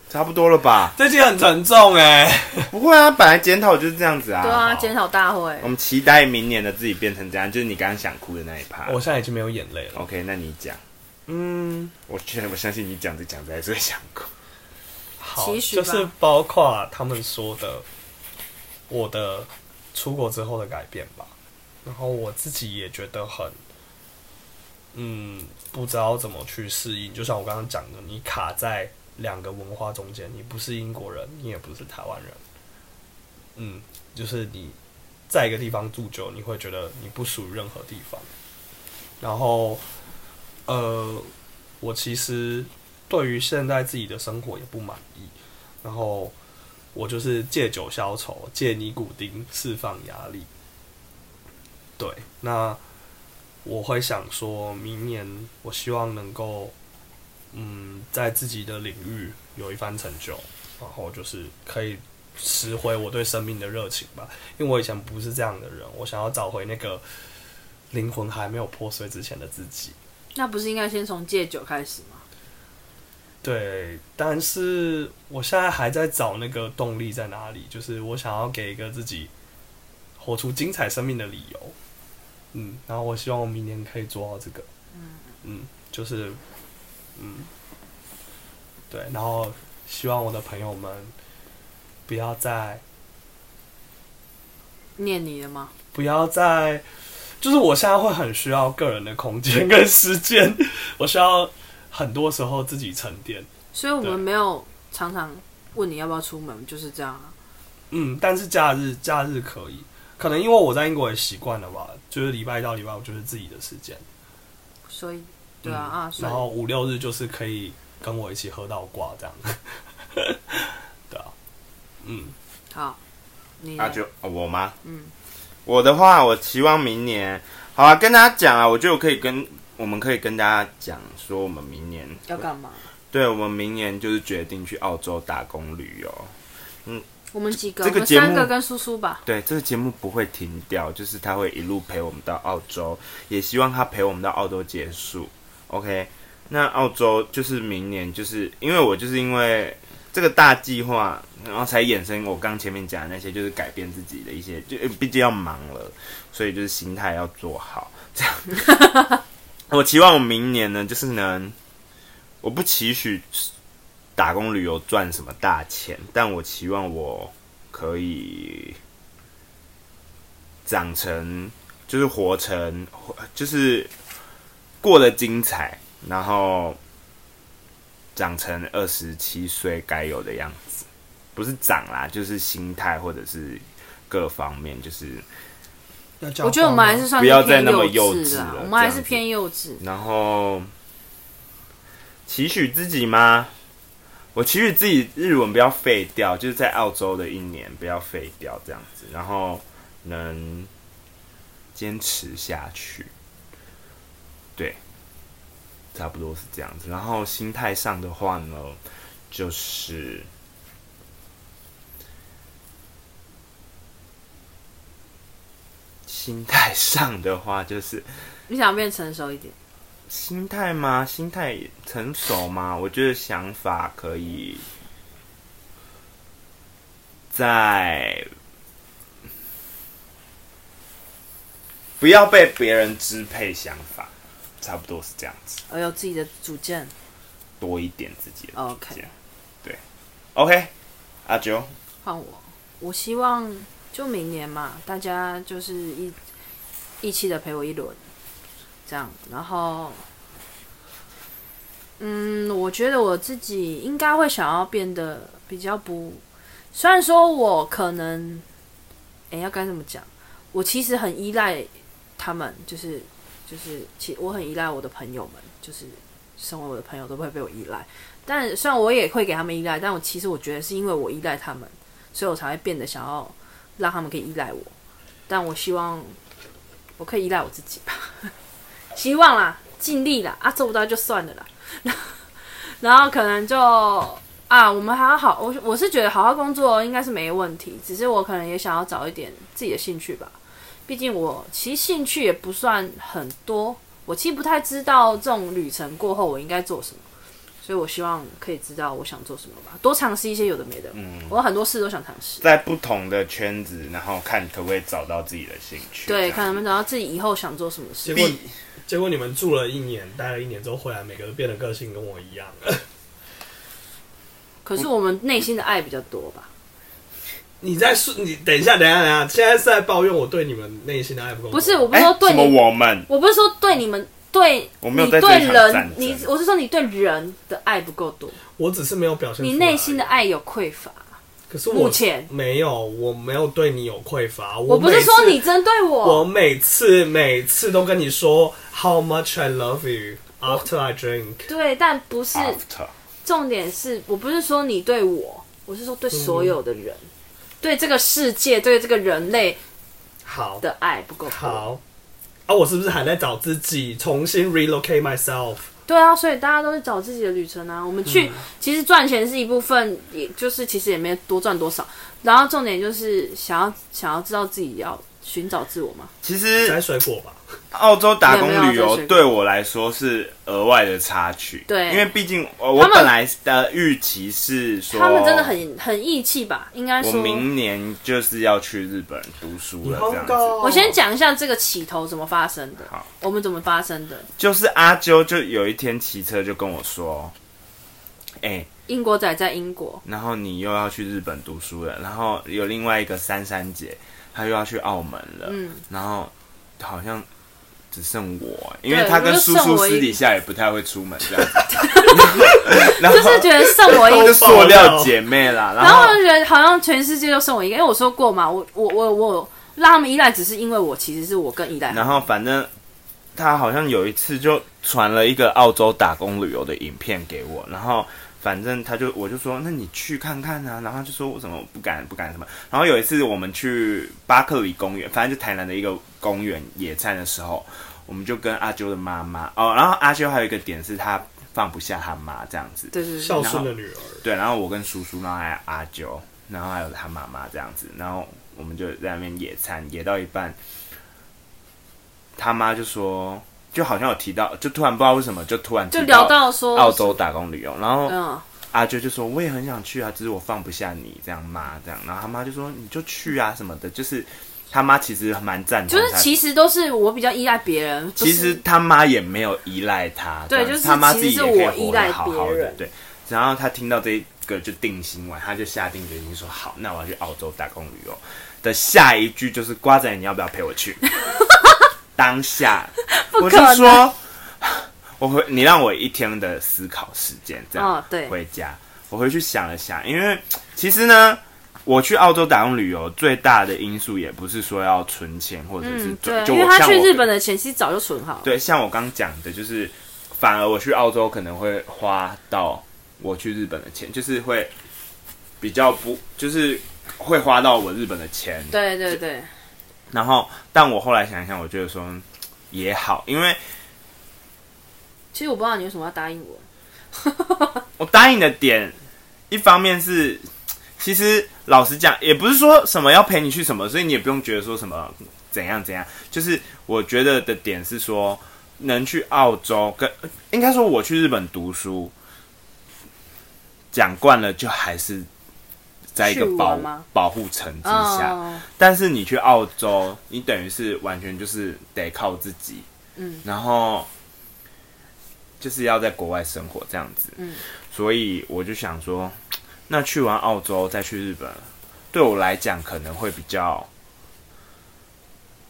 差不多了 吧？
这件很沉重哎、
不会啊，本来检讨就是这样子啊。
对啊，
好
检讨大会
我。们期待明年的自己变成这样，就是你刚刚想哭的那一趴。
嗯
我现在已经没有眼泪了。
OK，那你讲，
嗯，
我觉得我相信你讲着讲着还是会想哭。
好，
期许吧
就是包括他们说的我的出国之后的改变吧。然后我自己也觉得很，嗯，不知道怎么去适应。就像我刚刚讲的，你卡在两个文化中间，你不是英国人，你也不是台湾人。嗯，就是你在一个地方住久，你会觉得你不属于任何地方。然后，呃，我其实对于现在自己的生活也不满意。然后，我就是借酒消愁，借尼古丁释放压力。对，那我会想说，明年我希望能够，嗯，在自己的领域有一番成就，然后就是可以拾回我对生命的热情吧。因为我以前不是这样的人，我想要找回那个灵魂还没有破碎之前的自己。
那不是应该先从戒酒开始吗？
对，但是我现在还在找那个动力在哪里，就是我想要给一个自己活出精彩生命的理由。嗯，然后我希望我明年可以做到这个。嗯，就是，嗯，对，然后希望我的朋友们不要再
念你的吗？
不要再，就是我现在会很需要个人的空间跟时间，我需要很多时候自己沉淀。
所以我
对
们没有常常问你要不要出门，就是这样啊。
嗯，但是假日假日可以，可能因为我在英国也习惯了吧，就是礼拜一到礼拜五就是自己的时间，
所以，对啊、
嗯
啊，所
然
以
后五六日就是可以跟我一起喝到挂这样， 对啊，嗯，
好，你
那
嘞
就、哦我吗？
嗯，
我的话，我期望明年，好啊，跟大家讲啊，我觉得我可以跟我们可以跟大家讲说，我们明年
要干嘛？
对我们明年就是决定去澳洲打工旅游。
我们几个，
这个
我们
节目
三个跟叔叔吧。
对，这个节目不会停掉，就是他会一路陪我们到澳洲，也希望他陪我们到澳洲结束。OK，那澳洲就是明年，就是因为我就是因为这个大计划，然后才衍生我刚前面讲的那些，就是改变自己的一些，就呃毕竟要忙了，所以就是心态要做好。这样，我期望我明年呢，就是能，我不期许打工旅游赚什么大钱，但我期望我可以长成，就是活成，活就是过得精彩，然后长成二十七岁该有的样子，不是长啦，就是心态或者是各方面，就是
我觉得我们还是算是
不要再那么
偏幼
幼稚
啊
了，
我们还
这
是
样子
偏幼稚。
然后期许自己吗？我期许自己日文不要废掉，就是在澳洲的一年不要废掉这样子，然后能坚持下去。对，差不多是这样子。然后心态上的话呢，就是心态上的话就是
你想变成熟一点，
心态吗？心态成熟吗？我觉得想法可以在不要被别人支配想法，差不多是这样子，
而哦有自己的主见。哦
多一点自己的主
OK，
见。对，OK，阿九，
换我，我希望就明年嘛，大家就是一一起的陪我一轮，这样。然后，嗯，我觉得我自己应该会想要变得比较不，虽然说我可能，哎、要该怎么讲？我其实很依赖他们，就是就是，其我很依赖我的朋友们，就是身为我的朋友都不会被我依赖。但虽然我也会给他们依赖，但我其实我觉得是因为我依赖他们，所以我才会变得想要让他们可以依赖我。但我希望我可以依赖我自己吧， 希望啦，尽力啦，啊，做不到就算了啦。 然后可能就啊，我们还要好，我我是觉得好好工作应该是没问题，只是我可能也想要找一点自己的兴趣吧。毕竟我其实兴趣也不算很多，我其实不太知道这种旅程过后我应该做什么。所以我希望可以知道我想做什么吧，多尝试一些有的没的。嗯，我有很多事都想尝试。
在不同的圈子，然后看可不可以找到自己的兴趣。这
对，
样
看能不能找到自己以后想做什么
结
事。
果结果你们住了一年，待了一年之后回来，每个人变得个性跟我一样 了。
可是我们内心的爱比较多吧？
你在说你等一下，等一下，等一下，现在是在抱怨我对你们内心的爱不够？
不是，我不
哎
是说对
什么
你，
我们
我不是说对你们对，
我没有
你
在
对
这一场
人
战，
你
争
我是说你对人的爱不够多，
我只是没有表现出来
你
而已。
内心的爱有匮乏。
可是我
目前
没有，我没有对你有匮乏。我
我不是
每次
说你，针对我，
我每次每次都跟你说 how much I love you after I drink。
对，但不是
after
重点是我不是说你对我，我是说对所有的人，对这个世界，对这个人类
好
的爱不够多。
好啊，我是不是还在找自己重新 relocate myself？
对啊，所以大家都是找自己的旅程啊。我们
嗯
去，其实赚钱是一部分，也就是其实也没多赚多少。然后重点就是想要想要知道自己要寻找自我嘛。
其实
摘水果吧。
澳洲打工旅
没有
游
没有
对我来说是额外的插曲，
对
因为毕竟呃我
他们
本来的预期是说，
他们真的很很义气吧？应该
啊我
说，
明年就是要去日本读书了，这样子。
我先讲一下这个起头怎么发生的
好，
我们怎么发生的。
就是阿啾，就有一天骑车就跟我说，哎、
英国仔在英国，
然后你又要去日本读书了，然后有另外一个珊珊姐，她又要去澳门了，
嗯
然后好像只剩我，因
对
为她跟
我就
叔
剩
叔
我一
私底下也不太会出门这 样子，然后
就是觉得剩我一
就
个
是塑料姐妹啦，然
然后
后
我就觉得好像全世界就剩我一个，因为我说过嘛，我我我我让他们依赖，只是因为我其实是我更依赖他们。
然后反正她好像有一次就传了一个澳洲打工旅游的影片给我，然后。反正她就我就说，那你去看看啊，然后她就说我怎么不敢不敢什么。然后有一次我们去巴克里公园，反正就台南的一个公园野餐的时候，我们就跟阿啾的妈妈哦，然后阿啾还有一个点是她放不下她妈这样子，
对对对
孝，顺的女儿，
对，然后我跟叔叔，然后还有阿九，然后还有他妈妈这样子，然后我们就在那边野餐，野到一半，他妈就说，就好像有提到，就突然不知道为什么，就突然提
就聊到说
澳，洲打工旅游，然后
嗯，
阿啾就说我也很想去啊，只是我放不下你这样妈这样，然后他妈就说你就去啊什么的，就是他妈其实蛮赞
就
同
是
他。
其实都是我比较依赖别人，不
哦其
是
实他妈也没有依赖他，
对
这样
就是
他妈自己也
其
可以
实是我
活
依
得
赖
好好
别
的
人，
对。然后他听到这个就定心丸，他就下定决心说：“好，那我要去澳洲打工旅游。”的下一句就是：“瓜仔，你要不要陪 我去？”当下，我
可
就
能
说：“我回你让我一天的思考时间，这样、
哦对
回家。”我回去想了想，因为其实呢，我去澳洲打工旅游最大的因素也不是说要存钱或者是
嗯
准、
对，
就
因为
我
他
像
去
我
日本的钱其实早就存好了，
对，像我刚讲的，就是反而我去澳洲可能会花到我去日本的钱，就是会比较不，就是会花到我日本的钱。
对对对，
然后，但我后来想一想，我觉得说嗯也好，因为
其实我不知道你为什么要答应我，
我答应的点，一方面是，其实老实讲，也不是说什么要陪你去什么，所以你也不用觉得说什么怎样怎样。就是我觉得的点是说，能去澳洲跟呃应该说我去日本读书，讲惯了就还是在一个
去玩
保
吗
保护层之下。
哦，
但是你去澳洲，你等于是完全就是得靠自己，
嗯，
然后就是要在国外生活这样子，
嗯，
所以我就想说，那去完澳洲再去日本，对我来讲可能会比较，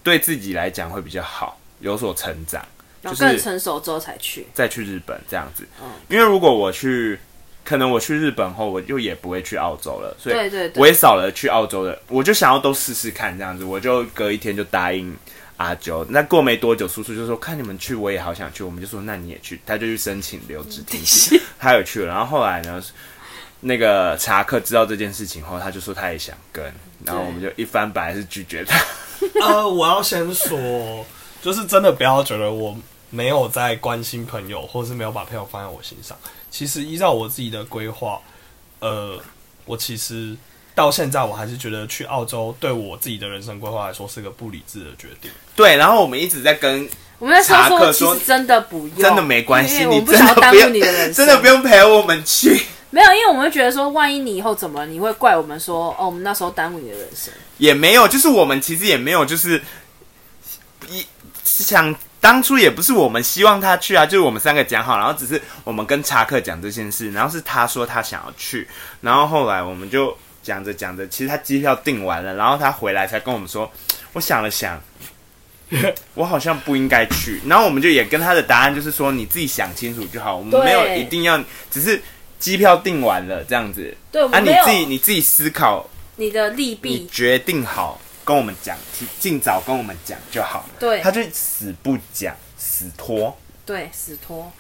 对自己来讲会比较好，有所成长，
然
就
后更
是
成熟之后才去，
再去日本这样子
嗯，
因为如果我去。可能我去日本后，我就也不会去澳洲了，所以
对对对
我也少了去澳洲的，我就想要都试试看这样子，我就隔一天就答应阿九。那过没多久，叔叔就说看你们去，我也好想去，我们就说那你也去，他就去申请留职停 薪，他有去了。然后后来呢，那个查克知道这件事情后，他就说他也想跟，然后我们就一翻白眼是拒绝他。
呃，我要先说， 就是真的不要觉得我没有在关心朋友，或是没有把朋友放在我心上。其实依照我自己的规划，呃，我其实到现在我还是觉得去澳洲对我自己的人生规划来说是个不理智的决定。
对，然后我们一直在跟
我们在
查
说
克
其
说
实真的不用，
真的没关系，
因为我
你
们不
真
想
的
要耽
不
误
用
你的人，生，
真的不用陪我们去，
没有，因为我们会觉得说，万一你以后怎么，你会怪我们说，哦，我们那时候耽误你的人生。
也没有，就是我们其实也没有，就是一想当初也不是我们希望他去啊，就是我们三个讲好，然后只是我们跟查克讲这件事，然后是他说他想要去，然后后来我们就 讲着讲着，其实他机票订完了，然后他回来才跟我们说，我想了想，我好像不应该去。然后我们就也跟他的答案就是说，你自己想清楚就好，我们
对
没有一定要，只是机票订完了这样子。
对，我
啊，
们
你
没有
自己你自己思考，
你的利
你
弊，
决定好跟我们讲，提尽早跟我们讲就好。
对
他就死不讲，死拖。
对，死拖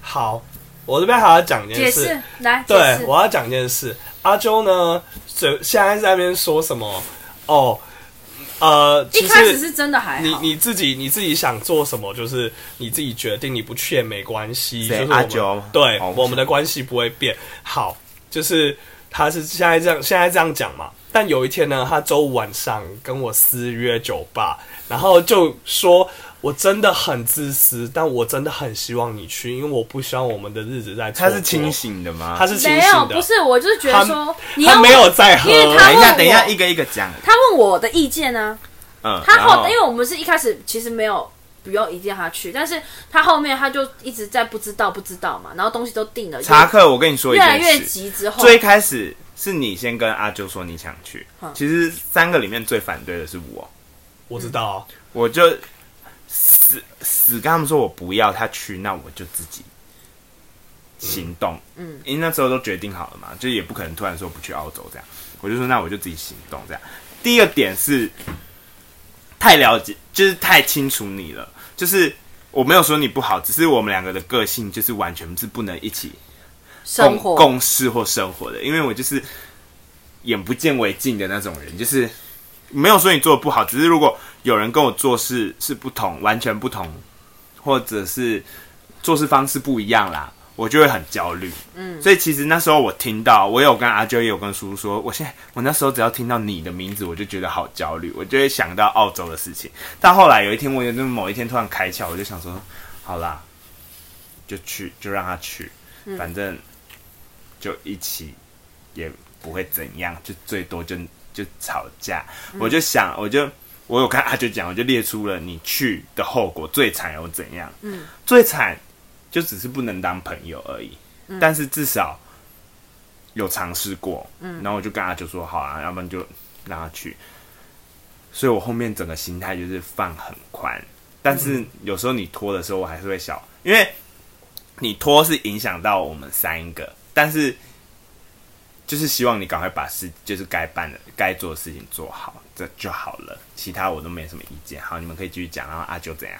好，我这边还要讲一
解
件事，
释来解
对，
释，
我要讲一件事。阿啾呢，随现在在那边说什么？哦，呃，其
一开始
实
是真的还
你
好，
你自己你自己想做什么，就是你自己决定，你不去也没关系。就
谁
是我们
阿啾吗
对
哦，
我们的关系不会变。好，就是他是现在这样，现在这样讲嘛。但有一天呢，他周五晚上跟我私约酒吧，然后就说。我真的很自私，但我真的很希望你去，因为我不希望我们的日子再错
他
过。
是清醒的吗？
他是清
没
醒
有，
的，
不是，我就是觉
他
得说你
他
要
没有在喝，
因为他
等一下，
问
等一下，
我
一个一个讲。
他问我的意见呢、
嗯，
他
然
后，因为我们是一开始其实没有不用一定要他去，但是他后面他就一直在不知道不知道嘛，然后东西都定了，
查克，我跟你说一
越
件
来
事，
越急之后，
最开始是你先跟阿啾说你想去
嗯，
其实三个里面最反对的是我，
我知道，啊
我就死死跟他们说我不要他去，那我就自己行动。
嗯，
因为那时候都决定好了嘛，就也不可能突然说不去澳洲这样，我就说那我就自己行动这样。第二点是太了解，就是太清楚你了，就是我没有说你不好，只是我们两个的个性就是完全是不能一起
生
共
活
共事或生活的，因为我就是眼不见为净的那种人，就是没有说你做的不好，只是如果有人跟我做事是不同，完全不同，或者是做事方式不一样啦，我就会很焦虑。嗯，所以其实那时候我听到，我有跟阿啾也有跟叔叔说，我现在我那时候只要听到你的名字，我就觉得好焦虑，我就会想到澳洲的事情。但后来有一天，我有那么某一天突然开窍，我就想说，好啦，就去，就让他去，
嗯
反正就一起也不会怎样，就最多就就吵架。我就想，我就我有看他就讲，我就列出了你去的后果最惨有怎样，
嗯，
最惨就只是不能当朋友而已，但是至少有尝试过，嗯，然后我就跟他就说好啊，要不然就让他去。所以我后面整个心态就是放很宽，但是有时候你拖的时候，我还是会想，因为你拖是影响到我们三个，但是就是希望你赶快把事，就是该办的、该做的事情做好，这就好了。其他我都没什么意见。好，你们可以继续讲。然后阿九怎样？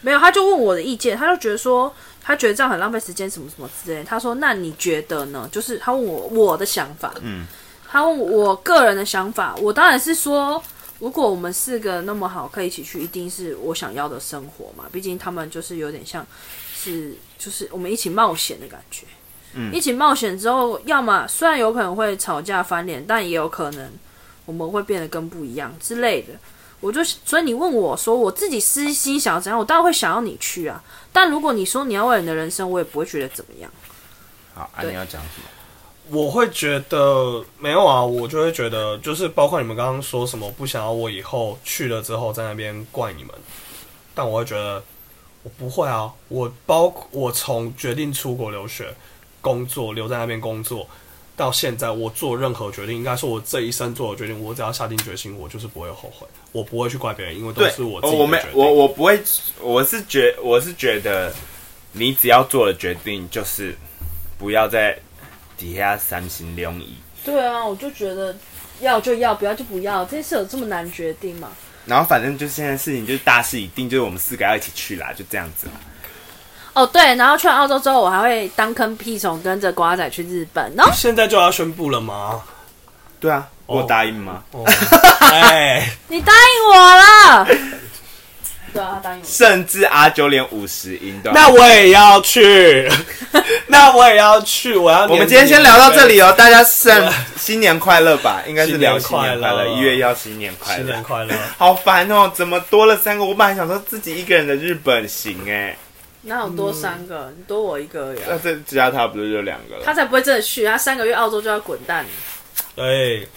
没有，他就问我的意见，他就觉得说他觉得这样很浪费时间，什么什么之类的。他说那你觉得呢？就是他问我我的想法，
嗯，
他问我个人的想法，我当然是说。如果我们四个那么好，可以一起去，一定是我想要的生活嘛。毕竟他们就是有点像是就是我们一起冒险的感觉。嗯，一起冒险之后，要么虽然有可能会吵架翻脸，但也有可能我们会变得更不一样之类的。我就所以你问我说我自己私心想要怎样，我当然会想要你去啊。但如果你说你要为了你的人生，我也不会觉得怎么样。
好，啊，
对
你要讲什么？
我会觉得没有啊，我就会觉得就是包括你们刚刚说什么不想要我以后去了之后在那边怪你们，但我会觉得我不会啊，我包我从决定出国留学、工作留在那边工作到现在，我做任何决定，应该说我这一生做的决定，我只要下定决心，我就是不会后悔，我不会去怪别人，因为都是哦我自己
我
的
没
决定。
我我不会，我是觉我是觉得，你只要做了决定，就是不要在底下三心两意。
对啊，我就觉得要就要，不要就不要，这件事有这么难决定吗？
然后反正就是现在事情就是大势已定，就是我们四个要一起去啦，就这样子啦。
哦，对，然后去完澳洲之后，我还会当坑屁虫跟着瓜仔去日本。哦然后
现在就要宣布了吗？
对啊，我有答应吗？
哦，哎。
你答应我了， 对啊，他答应我。
甚至阿九连五十音都要
那我也要去， 那我也要去，我要。
我们今天先聊到这里。哦，大家圣新年快乐吧，应该是聊新年快
新年快
乐，
乐
一月要新年快
新
乐
年。快乐！
好烦哦，怎么多了三个？我本来想说自己一个人的日本行哎，
哪有多三个？你多我一个而已啊、
那这加他不是就两个
他
了？
才不会真的去，他三个月澳洲就要滚蛋。
对，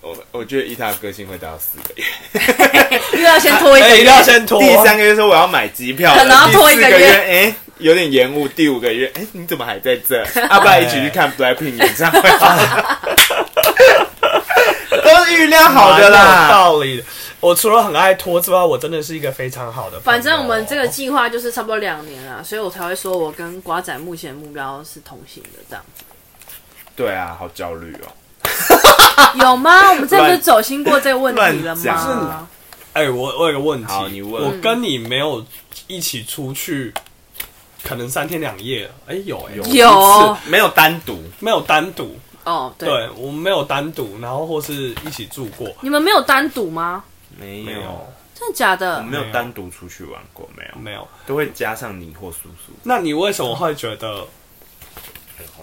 我我觉得以他的个性会达到四个月，
又要先拖一个
哎一
月
定要先拖。
第三个月说我要买机票，
可能要拖一
第
个
四
月
个月哎。有点延误，第五个月，哎、你怎么还在这？啊要不然一起去看 BLACKPINK 演唱 会好了？都是预料好的
蛮有
啦。
道理的。我除了很爱拖之外，我真的是一个非常好的朋友。
反正我们这个计划就是差不多两年啊，所以我才会说我跟瓜仔目前目标是同行的 这样。
对啊，好焦虑哦。
有吗？我们这不是走心过这个问题了
乱讲是
吗
你？
哎、我我有个问题，
好你问
我跟你没有一起出去，可能三天两夜，哎、有哎、
有
有
没有单独，
没有单独？
哦，
对，我们没有单独，然后或是一起住过，
你们没有单独吗？
没
没有
真的假
我
的？
没有单独出去玩过，没有，
没有。
都会加上你或叔叔。
那你为什么会觉得，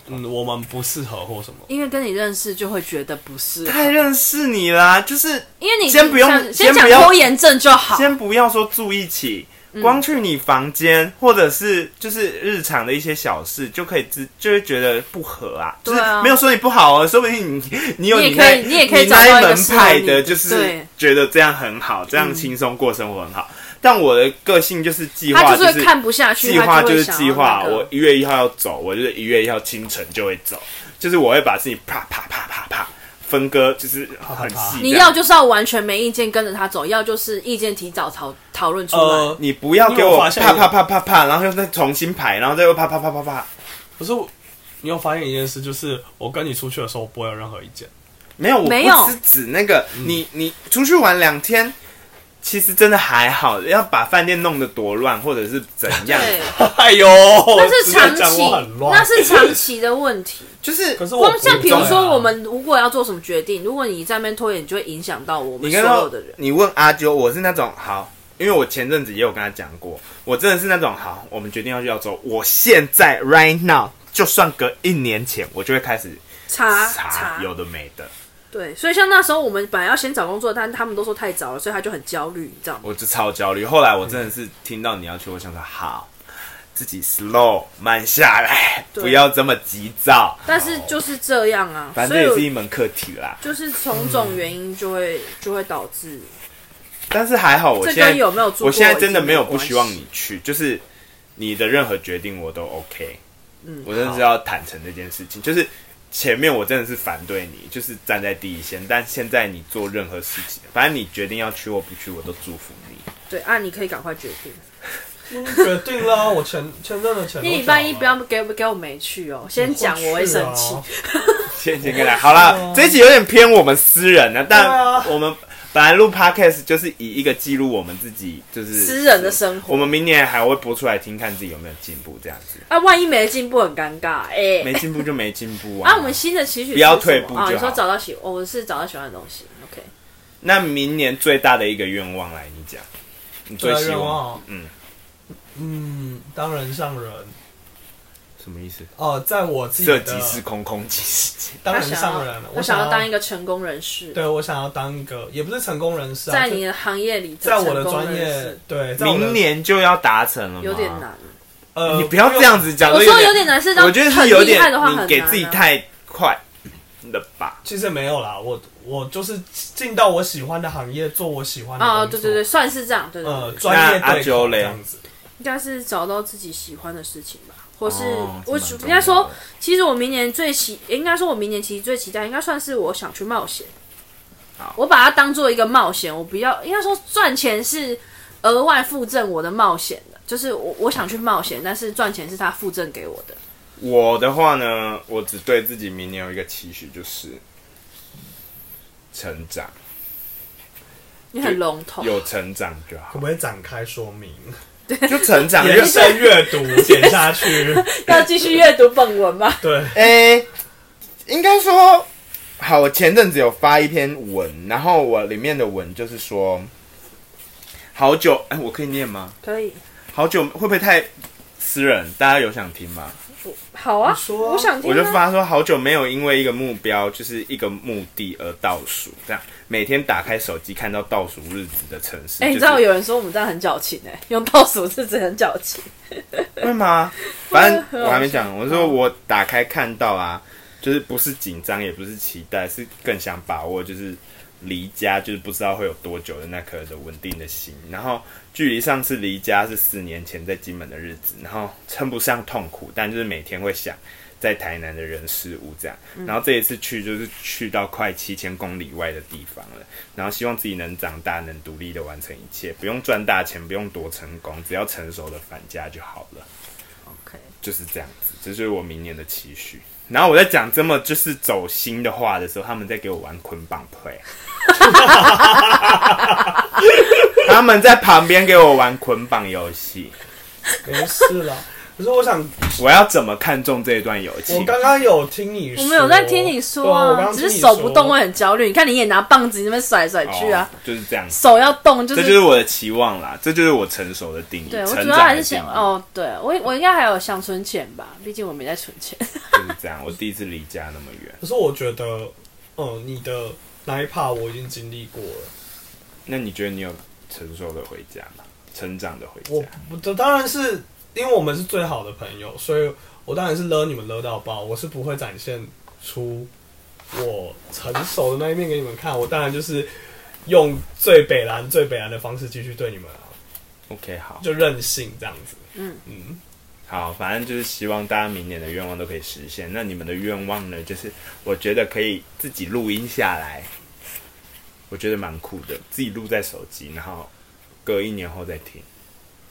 嗯，我们不适合或什么？
因为跟你认识就会觉得不是，
太认识你啦，就是
因为你
先不用
想先
先
讲
不要
拖延症就好。
先不要说住一起，光去你房间，或者是就是日常的一些小事，就可以知就会觉得不合啊，
对啊
就是没有说你不好哦，说不定你你有
你也
那
可以你也可以找
那
到一
一
个
门
适合
派
你
的，
的
就是
对
觉得这样很好，这样轻松过生活很好。但我的个性就是计
嗯他
划，
就是会看不下去，
计划
他
就
会
是
想要
计划，
那个
我一月一号要走，我就是一月一号清晨就会走，就是我会把事情啪啪啪啪啪分割，就是很细。
你要就是要完全没意见跟着他走，要就是意见提早讨讨论出来。
呃，
你不要给
你有
我
发
啪
现
啪啪啪啪，然后又再重新排，然后再又啪啪啪啪啪。
不是，你有发现一件事，就是我跟你出去的时候，我不会有任何 意见。
没有，我
没有
不是指那个
嗯
你你出去玩两天，其实真的还好，要把饭店弄得多乱或者是怎样，
对，
哎呦，
那
那
是长
讲
期
我很，
那
乱。
是长期的问题。
就是
可是我
光像比如
不会啊
说，我们如果要做什么决定，如果你在那边拖延，你就会影响到我们
你
所
跟他
有的人。
你问阿啾，我是那种好，因为我前阵子也有跟他讲过，我真的是那种好，我们决定要去澳洲，我现在 right now，就算隔一年前，我就会开始
查
查有的没的，
对，所以像那时候我们本来要先找工作，但他们都说太早了，所以他就很焦虑，你知道吗？
我就超焦虑。后来我真的是听到你要去，我想说好，自己 slow 慢下来，
对
不要这么急躁，
但是就是这样啊，
反
所
正
以
也
我
是一门课题啦。
就是种种原因就会就会导致
但是还好，我
这
现在
跟有没有住过
我现在真的
已经
没
没
有
有
不希望你去，就是你的任何决定我都 OK。
嗯
我真的是要坦诚这件事情，就是前面我真的是反对你，就是站在第一线，但现在你做任何事情，反正你决定要去或不去，我都祝福你。
对啊，你可以赶快决定。
决定啦，我前前阵的前
你礼拜一不
啊
要给给我没去哦，先讲我会生气。
谢 谢跟来，好
哦
啦，这一集有点偏我们私人了、
对啊
但我们本来录 podcast 就是以一个记录我们自己，就是
私人的生活
我们明年还会播出来听，看自己有没有进步，这样子
啊，万一没进步很尴尬哎、
没进步就没进步啊。
啊，我们新的期许是
不要
什么
退步就
啊！你
好
说找到喜，我是找到喜欢的东西。OK，
那明年最大的一个愿望来，你讲，你最
最大
希
啊愿
望
望，
嗯，
嗯，当人上人
什么意思？
哦、在我自己
这
的
集是空空即时间，
当
他
人
想
上人
要，
我
他想要当一
个，
个成功人士，
对我想要当一个，也不是成功人士啊，
在
就
你的行业里，
在我的专业，对，在我的
明年就要达成了吗
有点。难。
呃，
你不要这样子讲，
我
这
说有点难是让
嗯我觉得是
很
有
厉
点
害的话很
你
难
给自己
啊
太快了吧？
其实没有啦，我我就是进到我喜欢的行业，做我喜欢的
哦，
工
对
作
对对，，算是这样，对对
嗯
呃，
对，
专业
那阿
对
啾
口
嘞
这样子。
应该是找到自己喜欢的事情吧，或是
哦这
我
蛮重
应该
要
说
的，
其实我明年最期，应该说我明年其实最期待，应该算是我想去冒险
好。
我把它当做一个冒险，我不要应该说赚钱是额外附赠我的冒险的，就是我我想去冒险，但是赚钱是他附赠给我的。
我的话呢，我只对自己明年有一个期许，就是成 长，
你很笼统，
有成长就
可
好，
不可以展开说明？
就成长。
延
就是
伸阅 读，写下去。
要继续阅读本文吗？
对，
诶、应该说，好，我前阵子有发一篇文，然后我里面的文就是说，好久，哎、我可以念吗？
可以，
好久会不会太私人？大家有想听吗？
好啊
你，说啊
我想听、
我
啊。
就发说好久没有因为一个目标，就是一个目的而倒数，这样每天打开手机看到倒数日子的城市。
哎、你
就
知道
是
有人说我们这样很矫情哎、用倒数是指很矫情。
会吗？反正我还没
很
讲，我说我打开看到啊，就是不是紧张，也不是期待，是更想把握，就是离家就是不知道会有多久的那颗的稳定的心，然后距离上次离家是四年前在金门的日子，然后称不上痛苦，但就是每天会想在台南的人事物这样，然后这一次去就是去到快七千公里外的地方了，然后希望自己能长大，能独立的完成一切，不用赚大钱，不用多成功，只要成熟的返家就好了。
OK，
就是这样子，这就是我明年的期许。然后我在讲这么就是走心的话的时候，他们在给我玩捆绑 play，他们在旁边给我玩捆绑游戏。
没事啦。可是我想，
我要怎么看中这一段友
我
情？
刚刚有听你说，
我们有在听你说
对啊，我刚
啊，
刚
只
听
是
你
手不动
说
会很焦虑。你看你也拿棒子你那边甩来甩去啊，
哦，就是这样子，
手要动就
这
是。
就是我的期望啦，这就是我成熟的定义。
对我
成
主要
长
还
的
是
定义
想，哦，对我我应该还有想存钱吧，毕竟我没在存钱。
就是这样。我第一次离家那么远，
可是我觉得，嗯，你的那一 part 我已经经历过了。
那你觉得你有成熟的回家吗？成长的回
我
家？
我的当然是因为我们是最好的朋友，所以我当然是勒你们勒到爆。我是不会展现出我成熟的那一面给你们看。我当然就是用最北蓝、最北蓝的方式继续对你们啊，
OK，好。
就任性这样子。
嗯
嗯，
好，反正就是希望大家明年的愿望都可以实现。那你们的愿望呢？就是我觉得可以自己录音下来，我觉得蛮酷的，自己录在手机，然后隔一年后再听，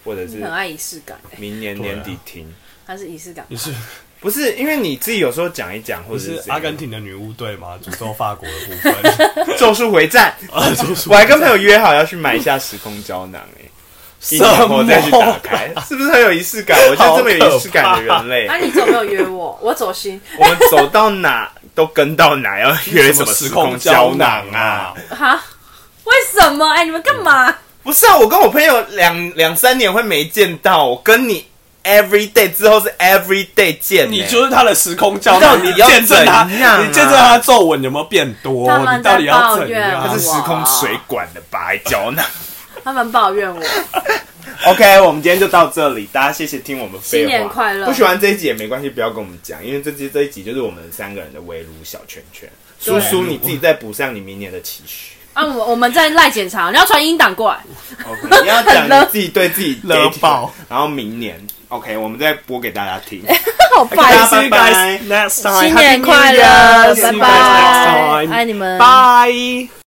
或者
你
是
很爱仪式感、欸，
明年年底
对啊
听。
他是仪式感。
你是
不是因为你自己有时候讲一讲，或
不
者
是
怎样
阿根廷的女巫队吗？诅咒法国的部 分，
《咒术回战》
啊就是
我还跟朋友约好要去买一下时空胶囊、欸，一
什
年后
么？
再去打 开，是不是很有仪式感？我就是这么有仪式感的人类。
啊那、你怎么没有约我？我走心。
我们走到哪都跟到哪，要约
什
么
么时
空
空
胶
胶
囊啊
囊啊？
哈？为什么？哎、你们干嘛？
不是啊，我跟我朋友两两三年会没见到，我跟你 every day 之后是 every day 见欸、
你就是他的时空胶
到
囊，
底
你
要
见证他，
怎样啊
你见证他皱纹有没有变多？
他们
你到底要
在抱
怎
怨
它
样
是？时空水管的白胶囊。
他们抱怨我。
OK，我们今天就到这里，大家谢谢听我们废话。
新年快乐
不喜欢这一集也没关系，不要跟我们讲，因为这集这一集就是我们三个人的围炉小圈圈。叔
对
叔，你自己再补上你明年的期许。
啊，我我们在赖检查，你要传音档过来。
OK，你要讲你自己对自己
勒爆，
然后明年 OK，我们再播给大家听。
好
大
烦
家。拜拜
See you guys next time.
新
Happy
年
New
快
Year.
乐，
See
拜
you guys next
拜，
time.
爱你们。
拜。